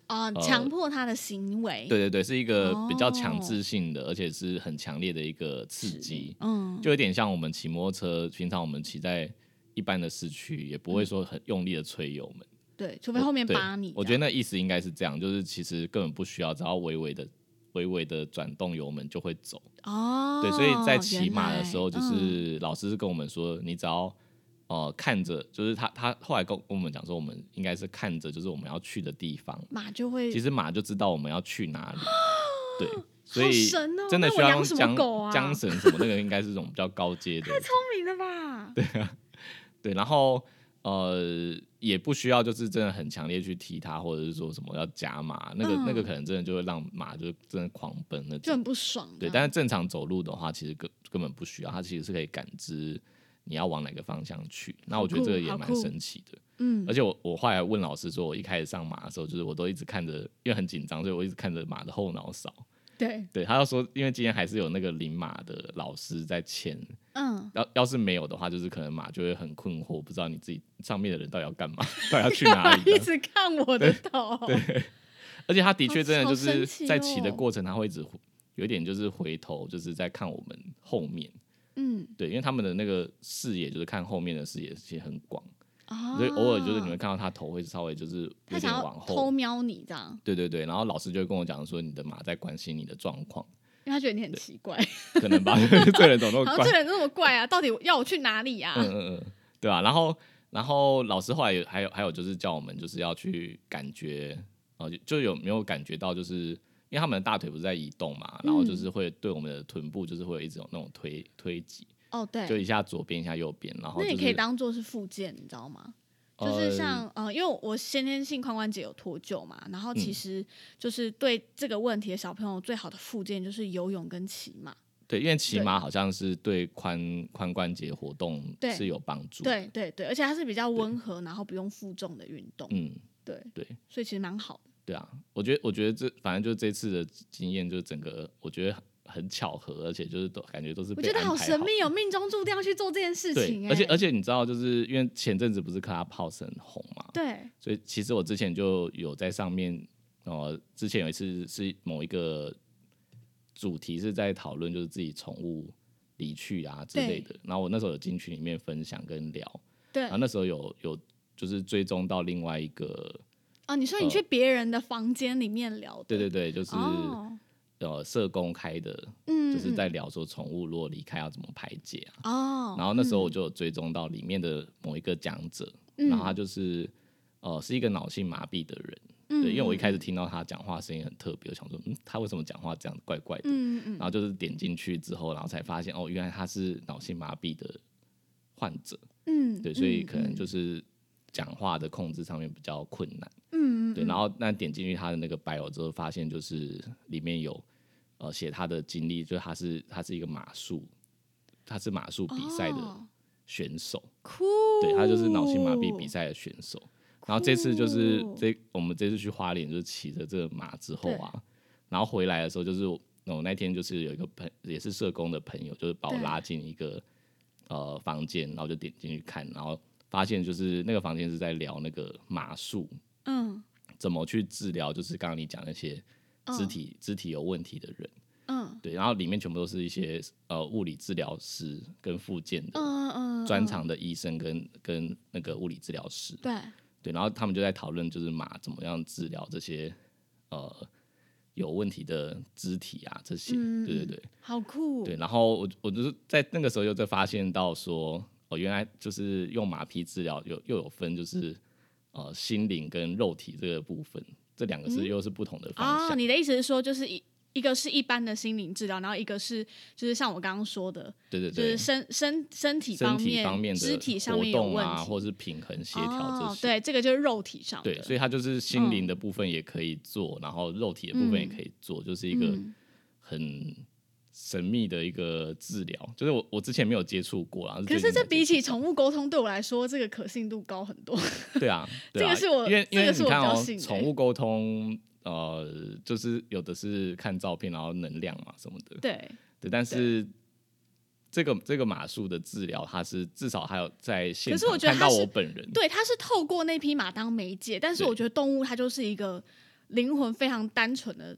[SPEAKER 1] 啊，
[SPEAKER 2] 呃
[SPEAKER 1] 强迫他的行为。
[SPEAKER 2] 对对对，是一个比较强
[SPEAKER 1] 哦
[SPEAKER 2] 制性的，而且是很强烈的一个刺
[SPEAKER 1] 是
[SPEAKER 2] 激。
[SPEAKER 1] 嗯，
[SPEAKER 2] 就有点像我们骑摩托车，平常我们骑在一般的市区，也不会说很用力的吹油门。
[SPEAKER 1] 对，除非后面嗯
[SPEAKER 2] 对
[SPEAKER 1] 扒你这样。
[SPEAKER 2] 我觉得那意思应该是这样，就是其实根本不需要，只要微微的、微微的转动油门就会走。
[SPEAKER 1] 哦，
[SPEAKER 2] 对，所以在骑马的时候，就
[SPEAKER 1] 原来嗯
[SPEAKER 2] 是老师是跟我们说，你只要呃看着，就是他他后来跟跟我们讲说，我们应该是看着就是我们要去的地方，
[SPEAKER 1] 马就会
[SPEAKER 2] 其实马就知道我们要去哪里。对，所
[SPEAKER 1] 哦好
[SPEAKER 2] 以
[SPEAKER 1] 神哦
[SPEAKER 2] 真的
[SPEAKER 1] 那我
[SPEAKER 2] 需要
[SPEAKER 1] 养
[SPEAKER 2] 用
[SPEAKER 1] 什么
[SPEAKER 2] 缰
[SPEAKER 1] 狗啊
[SPEAKER 2] 缰绳什么，那个应该是这种比较高 阶的。
[SPEAKER 1] 聪明了吧？对，
[SPEAKER 2] 对，然后呃，也不需要就是真的很强烈去踢它，或者是说什么要夹马，那个、那个
[SPEAKER 1] 嗯
[SPEAKER 2] 可能真的就会让马就真的狂奔那
[SPEAKER 1] 就
[SPEAKER 2] 种。
[SPEAKER 1] 很不爽这
[SPEAKER 2] 对，
[SPEAKER 1] 样。
[SPEAKER 2] 但是正常走路的话，其实根根本不需要，它其实是可以感知你要往哪个方向去。那
[SPEAKER 1] 好
[SPEAKER 2] 我觉得这
[SPEAKER 1] 酷
[SPEAKER 2] 个也
[SPEAKER 1] 好
[SPEAKER 2] 蛮
[SPEAKER 1] 酷
[SPEAKER 2] 神奇的。
[SPEAKER 1] 嗯
[SPEAKER 2] 而且我我后来问老师说，我一开始上马的时候，就是我都一直看着，因为很紧张，所以我一直看着马的后脑勺。
[SPEAKER 1] 对，
[SPEAKER 2] 对，他就说，因为今天还是有那个领马的老师在牵，
[SPEAKER 1] 嗯，
[SPEAKER 2] 要要是没有的话，就是可能马就会很困惑，不知道你自己上面的人到底要干嘛，到底要去哪 里
[SPEAKER 1] 一
[SPEAKER 2] 的。
[SPEAKER 1] 直看我的头，
[SPEAKER 2] 而且他的确真的就
[SPEAKER 1] 好神
[SPEAKER 2] 是
[SPEAKER 1] 奇哦
[SPEAKER 2] 在骑的过程，他会一直回有一点就是回头，就是在看我们后面。
[SPEAKER 1] 嗯
[SPEAKER 2] 对，因为他们的那个视野就是看后面的视野其实很广，
[SPEAKER 1] 啊，
[SPEAKER 2] 所以偶尔就是你会看到他头会稍微就是
[SPEAKER 1] 他
[SPEAKER 2] 有
[SPEAKER 1] 想
[SPEAKER 2] 点
[SPEAKER 1] 要
[SPEAKER 2] 往
[SPEAKER 1] 偷
[SPEAKER 2] 后。
[SPEAKER 1] 瞄你这样，
[SPEAKER 2] 对对对，然后老师就会跟我讲说，你的马在关心你的状况，
[SPEAKER 1] 因为他觉得你很奇怪，
[SPEAKER 2] 可能吧？ 这个人怎么那么
[SPEAKER 1] 然后
[SPEAKER 2] 怪
[SPEAKER 1] 这？人那么怪啊，到底要我去哪里啊？
[SPEAKER 2] 嗯嗯嗯，对啊，然后然后老师后来有还有还有就是叫我们就是要去感觉，呃，就就有没有感觉到就是因为他们的大腿不是在移动嘛，然后
[SPEAKER 1] 嗯
[SPEAKER 2] 就是会对我们的臀部就是会有一种那种推推挤，
[SPEAKER 1] 哦，
[SPEAKER 2] 就
[SPEAKER 1] 对，
[SPEAKER 2] 一下左边一下右边，然后、
[SPEAKER 1] 那
[SPEAKER 2] 就是、哦
[SPEAKER 1] 也可以当做是附件，你知道吗？就是像呃，因为我先天性髋关节有脱臼嘛，然后其
[SPEAKER 2] 嗯
[SPEAKER 1] 实就是对这个问题的小朋友最好的附件就是游泳跟骑马，
[SPEAKER 2] 对，因为骑马好像是对髋髋关节活动
[SPEAKER 1] 对
[SPEAKER 2] 是有帮助，，
[SPEAKER 1] 对对对，而且它是比较温和，然后不用负重的运动，
[SPEAKER 2] 嗯，
[SPEAKER 1] 对
[SPEAKER 2] 对，
[SPEAKER 1] 所以其实蛮好的。
[SPEAKER 2] 对啊，我觉得，我觉得这反正就是这次的经验，就是整个我觉得很很巧合，而且就是都感觉都是
[SPEAKER 1] 我
[SPEAKER 2] 被
[SPEAKER 1] 觉得
[SPEAKER 2] 安
[SPEAKER 1] 好
[SPEAKER 2] 排
[SPEAKER 1] 神秘哦，命中注定要去做这件事情、
[SPEAKER 2] 对，
[SPEAKER 1] 哎，
[SPEAKER 2] 而且而且你知道，就是因为前阵子不是 Clubhouse 很红嘛，
[SPEAKER 1] 对，
[SPEAKER 2] 所以其实我之前就有在上面，呃，之前有一次是某一个主题是在讨论就是自己宠物离去啊之类的，然后我那时候有进去里面分享跟聊，
[SPEAKER 1] 对
[SPEAKER 2] 然后那时候有有就是追踪到另外一个，
[SPEAKER 1] 啊，你说你去别人的房间里面聊的，
[SPEAKER 2] 呃对对对，就是、
[SPEAKER 1] 哦，
[SPEAKER 2] 呃社工开的，
[SPEAKER 1] 嗯，
[SPEAKER 2] 就是在
[SPEAKER 1] 嗯
[SPEAKER 2] 聊说宠物如果离开要怎么排解啊，
[SPEAKER 1] 哦，
[SPEAKER 2] 然后那时候我就有追踪到里面的某一个讲者，
[SPEAKER 1] 嗯，
[SPEAKER 2] 然后他就是呃是一个脑性麻痹的人，
[SPEAKER 1] 嗯
[SPEAKER 2] 对，因为我一开始听到他讲话声音很特别，我想说嗯他为什么讲话这样怪怪的，
[SPEAKER 1] 嗯嗯
[SPEAKER 2] 然后就是点进去之后，然后才发现哦原来他是脑性麻痹的患者，
[SPEAKER 1] 嗯，
[SPEAKER 2] 对，所以
[SPEAKER 1] 嗯
[SPEAKER 2] 可能就是讲话的控制上面比较困难，
[SPEAKER 1] 嗯嗯
[SPEAKER 2] 对，然后那点进去他的那个 bio 之后，发现就是里面有呃写他的经历，就是他是他是一个马术，他是马术比赛的
[SPEAKER 1] 哦
[SPEAKER 2] 选手。
[SPEAKER 1] 酷，
[SPEAKER 2] 对他就是脑性麻痹
[SPEAKER 1] 哦
[SPEAKER 2] 比，赛的选手。然后这次就是
[SPEAKER 1] 酷
[SPEAKER 2] 这我们这次去花莲，就是骑着这个马之后啊，然后回来的时候，就是我我那天就是有一个朋也是社工的朋友，就是把我
[SPEAKER 1] 对
[SPEAKER 2] 拉进一个呃房间，然后就点进去看，然后发现就是那个房间是在聊那个马术
[SPEAKER 1] 嗯
[SPEAKER 2] 怎么去治疗，就是刚刚你讲那些肢体、肢体有问题的人，
[SPEAKER 1] 嗯
[SPEAKER 2] 对，然后里面全部都是一些呃物理治疗师跟复健的
[SPEAKER 1] 嗯嗯，
[SPEAKER 2] 专
[SPEAKER 1] 嗯，
[SPEAKER 2] 长的医生跟跟那个物理治疗师，
[SPEAKER 1] 对，
[SPEAKER 2] 对，然后他们就在讨论就是马怎么样治疗这些呃有问题的肢体啊这些，
[SPEAKER 1] 嗯
[SPEAKER 2] 对对对
[SPEAKER 1] 好酷，
[SPEAKER 2] 对。然后我我就是在那个时候又在发现到说，哦，原来就是用马匹治疗有又有分就是呃心灵跟肉体这个部分，这两个是又是不同的方
[SPEAKER 1] 哦，
[SPEAKER 2] 向。
[SPEAKER 1] 你的意思是说，就是一一个是一般的心灵治疗，然后一个是就是像我刚刚说的，
[SPEAKER 2] 对对
[SPEAKER 1] 就
[SPEAKER 2] 对
[SPEAKER 1] 是，身身身体
[SPEAKER 2] 身
[SPEAKER 1] 方
[SPEAKER 2] 体
[SPEAKER 1] 面、
[SPEAKER 2] 方面
[SPEAKER 1] 肢
[SPEAKER 2] 的
[SPEAKER 1] 体上
[SPEAKER 2] 活
[SPEAKER 1] 面有
[SPEAKER 2] 动
[SPEAKER 1] 问
[SPEAKER 2] 啊，
[SPEAKER 1] 题，
[SPEAKER 2] 或是平衡协调这
[SPEAKER 1] 哦，
[SPEAKER 2] 些。
[SPEAKER 1] 对，这嗯个就是肉体上的，
[SPEAKER 2] 对，所以它就是心灵的部分也可以做，然后肉体的部分也可以做，就是一个
[SPEAKER 1] 嗯
[SPEAKER 2] 很神秘的一个治疗。就是我我之前没有接触过啊，
[SPEAKER 1] 可
[SPEAKER 2] 最
[SPEAKER 1] 是
[SPEAKER 2] 近
[SPEAKER 1] 这
[SPEAKER 2] 才
[SPEAKER 1] 比
[SPEAKER 2] 接
[SPEAKER 1] 起宠物沟通，对我来说，这个可信度高很 多。
[SPEAKER 2] 触对啊，对
[SPEAKER 1] 这
[SPEAKER 2] 啊
[SPEAKER 1] 个是我
[SPEAKER 2] 因为
[SPEAKER 1] 这
[SPEAKER 2] 因为
[SPEAKER 1] 个是
[SPEAKER 2] 你
[SPEAKER 1] 我
[SPEAKER 2] 看
[SPEAKER 1] 比较
[SPEAKER 2] 哦
[SPEAKER 1] 信，的
[SPEAKER 2] 宠物沟通呃，就是有的是看照片，然后能量嘛什么的，
[SPEAKER 1] 对，
[SPEAKER 2] 对，但是。这个这个马术的治疗，它是至少还有在现
[SPEAKER 1] 可是我
[SPEAKER 2] 场
[SPEAKER 1] 觉得
[SPEAKER 2] 看到
[SPEAKER 1] 它是
[SPEAKER 2] 我本人，
[SPEAKER 1] 对，它是透过那匹马当媒介，但是
[SPEAKER 2] 对
[SPEAKER 1] 我觉得动物它就是一个灵魂非常单纯的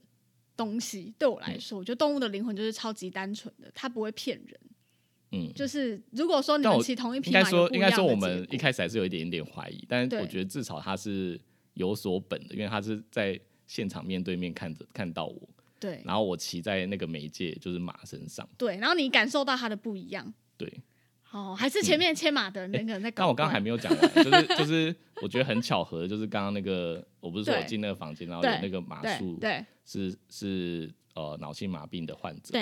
[SPEAKER 1] 东西。对我来
[SPEAKER 2] 嗯
[SPEAKER 1] 说，我觉得动物的灵魂就是超级单纯的，它不会骗人。
[SPEAKER 2] 嗯，
[SPEAKER 1] 就是如果说你
[SPEAKER 2] 但
[SPEAKER 1] 们
[SPEAKER 2] 我
[SPEAKER 1] 骑同一匹
[SPEAKER 2] 应
[SPEAKER 1] 马有
[SPEAKER 2] 该
[SPEAKER 1] 不一样
[SPEAKER 2] 说
[SPEAKER 1] 的，
[SPEAKER 2] 应该说我们一
[SPEAKER 1] 结果
[SPEAKER 2] 开始还是有一点点怀疑，但是
[SPEAKER 1] 对
[SPEAKER 2] 我觉得至少他是有所本的，因为他是在现场面对面看着看到我，
[SPEAKER 1] 对
[SPEAKER 2] 然后我骑在那个媒介就是马身上，
[SPEAKER 1] 对，然后你感受到它的不一样。
[SPEAKER 2] 对。
[SPEAKER 1] 哦，还是前面牵马的人那个人在搞怪。
[SPEAKER 2] 但我嗯哎刚刚还没有讲完，就是就是我觉得很巧合，就是刚刚那个我不是说我
[SPEAKER 1] 对
[SPEAKER 2] 进那个房间，然后有
[SPEAKER 1] 对
[SPEAKER 2] 那个马
[SPEAKER 1] 对
[SPEAKER 2] 术
[SPEAKER 1] 对
[SPEAKER 2] 是是呃脑性麻痹的患者，
[SPEAKER 1] 对，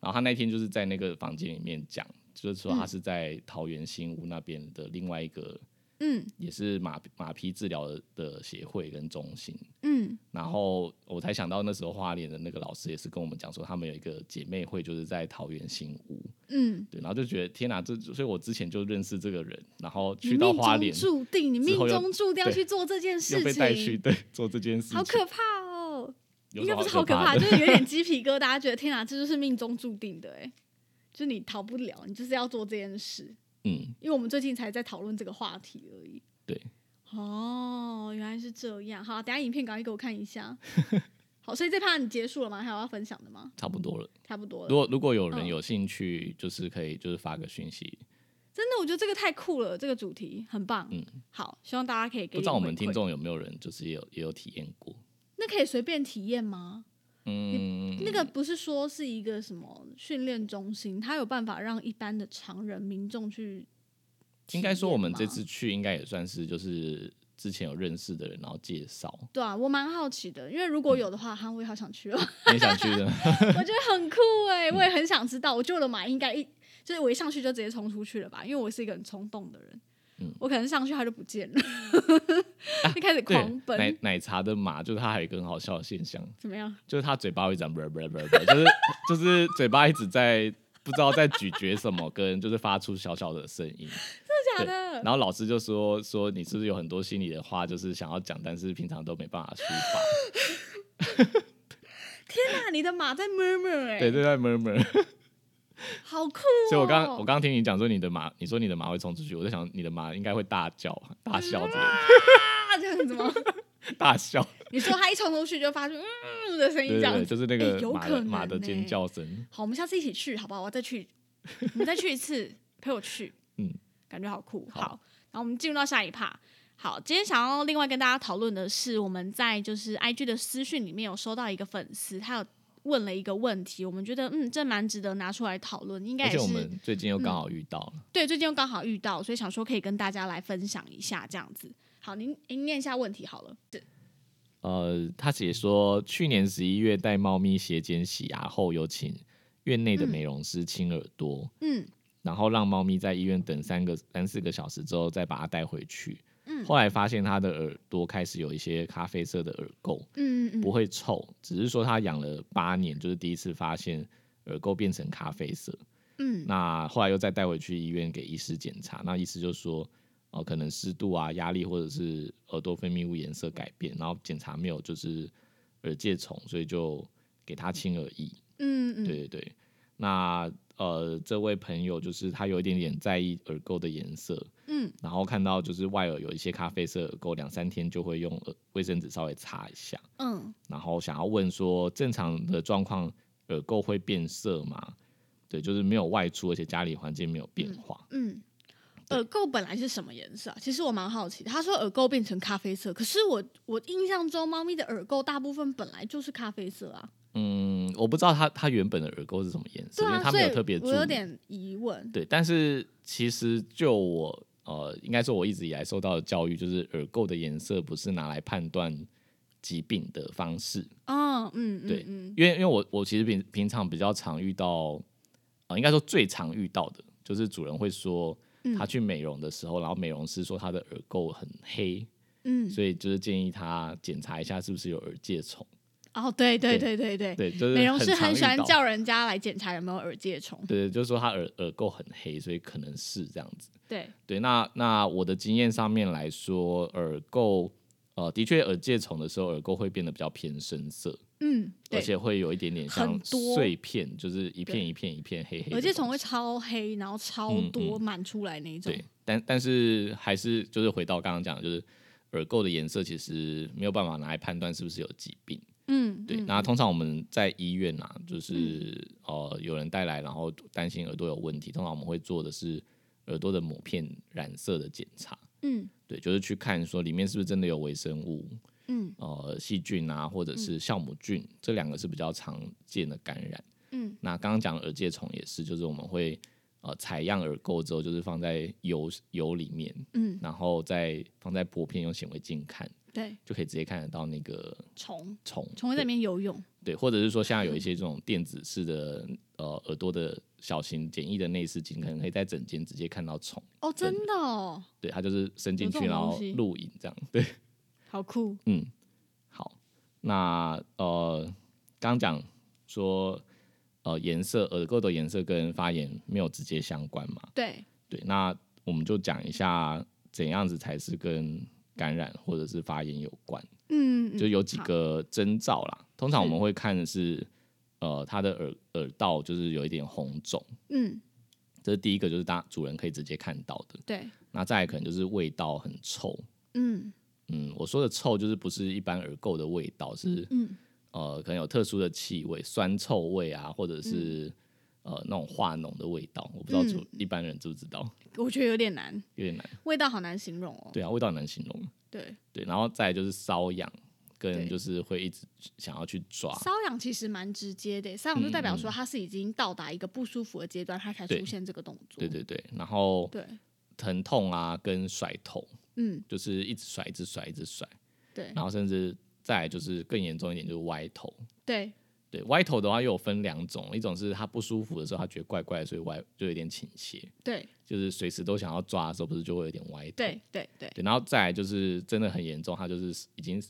[SPEAKER 2] 然后他那天就是在那个房间里面讲，就是说他
[SPEAKER 1] 嗯
[SPEAKER 2] 是在桃园新屋那边的另外一个
[SPEAKER 1] 嗯
[SPEAKER 2] 也是马马匹治疗的协会跟中心，
[SPEAKER 1] 嗯
[SPEAKER 2] 然后我才想到那时候花莲的那个老师也是跟我们讲说，他们有一个姐妹会，就是在桃园新屋，
[SPEAKER 1] 嗯，
[SPEAKER 2] 对，然后就觉得天哪、这所以我之前就认识这个人，然后
[SPEAKER 1] 你
[SPEAKER 2] 去到
[SPEAKER 1] 命
[SPEAKER 2] 花
[SPEAKER 1] 中
[SPEAKER 2] 莲
[SPEAKER 1] 注定，你
[SPEAKER 2] 之
[SPEAKER 1] 命
[SPEAKER 2] 后又
[SPEAKER 1] 中注定要
[SPEAKER 2] 对
[SPEAKER 1] 去做这件事
[SPEAKER 2] 又
[SPEAKER 1] 情，
[SPEAKER 2] 被带去对做这件事情，
[SPEAKER 1] 好可怕哦！
[SPEAKER 2] 有
[SPEAKER 1] 应
[SPEAKER 2] 什
[SPEAKER 1] 该
[SPEAKER 2] 么
[SPEAKER 1] 不是好可
[SPEAKER 2] 怕
[SPEAKER 1] 怕，
[SPEAKER 2] 的，
[SPEAKER 1] 就是有点 鸡皮疙瘩，觉得天哪，这就是命中注定的哎、就是你逃不了，你就是要做这件事。
[SPEAKER 2] 嗯，
[SPEAKER 1] 因为我们最近才在讨论这个话题而已。
[SPEAKER 2] 对，
[SPEAKER 1] 哦，原来是这样。好，等一下影片赶快给我看一 下。好，所以这趴你结束了吗？还有要分享的吗？
[SPEAKER 2] 差不多了。
[SPEAKER 1] 差不多
[SPEAKER 2] 如
[SPEAKER 1] 了。
[SPEAKER 2] 果如果有人
[SPEAKER 1] 嗯
[SPEAKER 2] 有兴趣，就是可以就是发个讯息，
[SPEAKER 1] 真的，我觉得这个太酷了，这个主题很棒。
[SPEAKER 2] 嗯，
[SPEAKER 1] 好，希望大家可以给
[SPEAKER 2] 不知道我们
[SPEAKER 1] 点回馈
[SPEAKER 2] 听众有没有人就是也有也有体验过，
[SPEAKER 1] 那可以随便体验吗？
[SPEAKER 2] 嗯，
[SPEAKER 1] 那个不是说是一个什么训练中心，它有办法让一般的常人民众去体
[SPEAKER 2] 应
[SPEAKER 1] 验吗。
[SPEAKER 2] 该说我们这次去应该也算是就是之前有认识的人，然后介绍。
[SPEAKER 1] 对啊，我蛮好奇的，因为如
[SPEAKER 2] 嗯
[SPEAKER 1] 果有的话，哈、我也好想去哦，
[SPEAKER 2] 你想去 的？
[SPEAKER 1] 我觉得 很酷哎、我
[SPEAKER 2] 嗯
[SPEAKER 1] 也很想知道。我觉得我的马应该一就是我一上去就直接冲出去了吧，因为我是一个很冲动的人，
[SPEAKER 2] 嗯啊
[SPEAKER 1] 我可能上去它就不见了， 就开始狂
[SPEAKER 2] 对，奶
[SPEAKER 1] 奔，
[SPEAKER 2] 奶茶的马就是它还有一个很好笑的现象，
[SPEAKER 1] 怎么样？
[SPEAKER 2] 就是它嘴巴会长不不不不，就是 就是嘴巴一直在不知道在咀嚼什么，跟就是发出小小的声
[SPEAKER 1] 真
[SPEAKER 2] 音。
[SPEAKER 1] 的假的？
[SPEAKER 2] 然后老师就说说你是不是有很多心里的话，就是想要讲，但是平常都没办法抒发。
[SPEAKER 1] 天哪，你的马在 murmur 哎、
[SPEAKER 2] 对，就在 murmur。
[SPEAKER 1] 好酷、哦！
[SPEAKER 2] 所以我刚我刚刚听你讲说你的马，你说你的马会冲出去，我在想你的马应该会大叫大笑之 类的，
[SPEAKER 1] 啊这样子吗？
[SPEAKER 2] 大笑。
[SPEAKER 1] 你说它一冲出去就发出嗯的声音这
[SPEAKER 2] 对对
[SPEAKER 1] 样
[SPEAKER 2] 对，
[SPEAKER 1] 子。
[SPEAKER 2] 就是那
[SPEAKER 1] 哎
[SPEAKER 2] 个
[SPEAKER 1] 有
[SPEAKER 2] 马
[SPEAKER 1] 可
[SPEAKER 2] 的、
[SPEAKER 1] 能
[SPEAKER 2] 马的
[SPEAKER 1] 欸
[SPEAKER 2] 尖叫声。
[SPEAKER 1] 好，我们下次一起去，好不好？我再去，我们再去一次，陪我去，
[SPEAKER 2] 嗯，
[SPEAKER 1] 感觉好酷。好，
[SPEAKER 2] 好
[SPEAKER 1] 然后我们进入到下一趴。好，今天想要另外跟大家讨论的是，我们在就是 IG 的私讯里面有收到一个粉丝，他有问了一个问题，我们觉得嗯，这蛮值得拿出来讨论，应该
[SPEAKER 2] 而且
[SPEAKER 1] 也
[SPEAKER 2] 我
[SPEAKER 1] 是嗯
[SPEAKER 2] 们最近又刚好遇到了，
[SPEAKER 1] 对，最近又刚好遇到，所以想说可以跟大家来分享一下这样子。好，您您念一下问题好了。是
[SPEAKER 2] 呃，他写说去年十一月带猫咪斜肩洗牙后，有请院内的美容师清耳朵，
[SPEAKER 1] 嗯
[SPEAKER 2] 然后让猫咪在医院等三个三四个小时之后，再把它带回去。
[SPEAKER 1] 嗯
[SPEAKER 2] 后来发现它的耳朵开始有一些咖啡色的耳垢，
[SPEAKER 1] 嗯嗯
[SPEAKER 2] 不会臭，只是说它养了八年，就是第一次发现耳垢变成咖啡色。
[SPEAKER 1] 嗯
[SPEAKER 2] 那后来又再带回去医院给医师检查，那医师就说，哦、可能湿度啊、压力或者是耳朵分泌物颜色改变，然后检查没有就是耳疥虫，所以就给他清耳液。
[SPEAKER 1] 嗯嗯，
[SPEAKER 2] 对对对，那呃，这位朋友就是他有一点点在意耳垢的颜色，
[SPEAKER 1] 嗯，
[SPEAKER 2] 然后看到就是外耳有一些咖啡色耳垢，两三天就会用耳卫生纸稍微擦一下，
[SPEAKER 1] 嗯
[SPEAKER 2] 然后想要问说，正常的状况耳垢会变色吗？对，就是没有外出，而且家里环境没有变化。
[SPEAKER 1] 嗯，耳垢本来是什么颜色啊？其实我蛮好奇的。他说耳垢变成咖啡色，可是我我印象中猫咪的耳垢大部分本来就是咖啡色啊。
[SPEAKER 2] 嗯，我不知道他他原本的耳垢是什么颜色，
[SPEAKER 1] 对
[SPEAKER 2] 因
[SPEAKER 1] 啊
[SPEAKER 2] 为，他
[SPEAKER 1] 所
[SPEAKER 2] 没
[SPEAKER 1] 以
[SPEAKER 2] 有特别注
[SPEAKER 1] 我有
[SPEAKER 2] 意。
[SPEAKER 1] 点疑问。
[SPEAKER 2] 对，但是其实就我呃，应该说我一直以来受到的教育，就是耳垢的颜色不是拿来判断疾病的方式。
[SPEAKER 1] 哦，嗯，嗯
[SPEAKER 2] 对
[SPEAKER 1] 嗯，
[SPEAKER 2] 因为因为我我其实平平常比较常遇到，啊、应该说最常遇到的就是主人会说
[SPEAKER 1] 嗯
[SPEAKER 2] 他去美容的时候，然后美容师说他的耳垢很黑，
[SPEAKER 1] 嗯，
[SPEAKER 2] 所以就是建议他检查一下是不是有耳疥虫。
[SPEAKER 1] 哦，对对对
[SPEAKER 2] 对
[SPEAKER 1] 对对，
[SPEAKER 2] 对，就是
[SPEAKER 1] 美容师
[SPEAKER 2] 常
[SPEAKER 1] 很喜
[SPEAKER 2] 遇
[SPEAKER 1] 欢
[SPEAKER 2] 到
[SPEAKER 1] 叫人家来检查有没有耳疥虫，
[SPEAKER 2] 对，就是说他耳耳垢很黑，所以可能是这样子。
[SPEAKER 1] 对，
[SPEAKER 2] 对，那那我的经验上面来说，耳垢呃，的确耳疥虫的时候，耳垢会变得比较偏深色，
[SPEAKER 1] 嗯，对，
[SPEAKER 2] 而且会有一点点
[SPEAKER 1] 很
[SPEAKER 2] 像
[SPEAKER 1] 多
[SPEAKER 2] 碎片，就是一片
[SPEAKER 1] 对
[SPEAKER 2] 一片一片黑黑的
[SPEAKER 1] 耳
[SPEAKER 2] 东西。
[SPEAKER 1] 疥虫会超黑，然后超
[SPEAKER 2] 嗯
[SPEAKER 1] 多满出来那一种
[SPEAKER 2] 对，，但但是还是就是回到刚刚讲的，就是耳垢的颜色其实没有办法拿来判断是不是有疾病。
[SPEAKER 1] 嗯，
[SPEAKER 2] 对，
[SPEAKER 1] 嗯
[SPEAKER 2] 那通常我们在医院啊，就是呃有人带来，然后担心耳朵有问题，通常我们会做的是耳朵的抹片染色的检查，
[SPEAKER 1] 嗯
[SPEAKER 2] 对，就是去看说里面是不是真的有微生物，
[SPEAKER 1] 嗯
[SPEAKER 2] 呃细菌啊，或者是酵母菌，这两个是比较常见的感染。
[SPEAKER 1] 嗯，
[SPEAKER 2] 那刚刚讲耳疥虫也是，就是我们会呃采样耳垢之后，就是放在油油里面，
[SPEAKER 1] 嗯，
[SPEAKER 2] 然后再放在玻片用显微镜看，
[SPEAKER 1] 对，
[SPEAKER 2] 就可以直接看得到那个
[SPEAKER 1] 虫
[SPEAKER 2] 虫
[SPEAKER 1] 虫会在里面游泳，
[SPEAKER 2] 对，或者是说现在有一些这种电子式的呃耳朵的小型简易的内视镜，可能可以在整间直接看到虫，
[SPEAKER 1] 哦，真的哦，
[SPEAKER 2] 对，它就是伸进
[SPEAKER 1] 有这
[SPEAKER 2] 去
[SPEAKER 1] 种
[SPEAKER 2] 然
[SPEAKER 1] 东
[SPEAKER 2] 后
[SPEAKER 1] 西
[SPEAKER 2] 录影这样，对，
[SPEAKER 1] 好酷，
[SPEAKER 2] 嗯，好，那呃刚讲说呃颜色耳垢的颜色跟发炎没有直接相关嘛，
[SPEAKER 1] 对，
[SPEAKER 2] 对，那我们就讲一下怎样子才是跟感染或者是发炎有关。
[SPEAKER 1] 嗯，嗯
[SPEAKER 2] 就有几
[SPEAKER 1] 好
[SPEAKER 2] 个征兆啦。通常我们会看的是，呃，他的耳耳道就是有一点红肿，
[SPEAKER 1] 嗯，
[SPEAKER 2] 这是第一个，就是大主人可以直接看到的。
[SPEAKER 1] 对，
[SPEAKER 2] 那再来可能就是味道很臭，
[SPEAKER 1] 嗯
[SPEAKER 2] 嗯，我说的臭就是不是一般耳垢的味道，是
[SPEAKER 1] 嗯
[SPEAKER 2] 呃可能有特殊的气味，酸臭味啊，或者是、呃那种化脓的味道。我不知道
[SPEAKER 1] 嗯
[SPEAKER 2] 主、一般人知不知道，
[SPEAKER 1] 我觉得有点难，
[SPEAKER 2] 有点难。
[SPEAKER 1] 味道好难形容哦，
[SPEAKER 2] 对啊，味道很难形容。
[SPEAKER 1] 对，
[SPEAKER 2] 对，然后再来就是瘙痒，
[SPEAKER 1] 对
[SPEAKER 2] 跟就是会一直想要去抓。
[SPEAKER 1] 瘙痒其实蛮直接的，瘙痒就代表说它是已经到达一个不舒服的阶段，它才
[SPEAKER 2] 嗯对
[SPEAKER 1] 出现这个动作，
[SPEAKER 2] 对对对，然后
[SPEAKER 1] 对，
[SPEAKER 2] 疼痛啊，跟甩头，
[SPEAKER 1] 嗯
[SPEAKER 2] 就是一直甩，一直甩，一直甩，
[SPEAKER 1] 对
[SPEAKER 2] 然后甚至再来就是更严重一点，就是歪头。
[SPEAKER 1] 对，
[SPEAKER 2] 对，歪头的话又有分两种，一种是他不舒服的时候，他觉得怪怪的，所以歪就有点倾斜，
[SPEAKER 1] 对
[SPEAKER 2] 就是随时都想要抓的时候，不是就会有点歪头。
[SPEAKER 1] 对对对，
[SPEAKER 2] 对然后再来就是真的很严重，他就是已经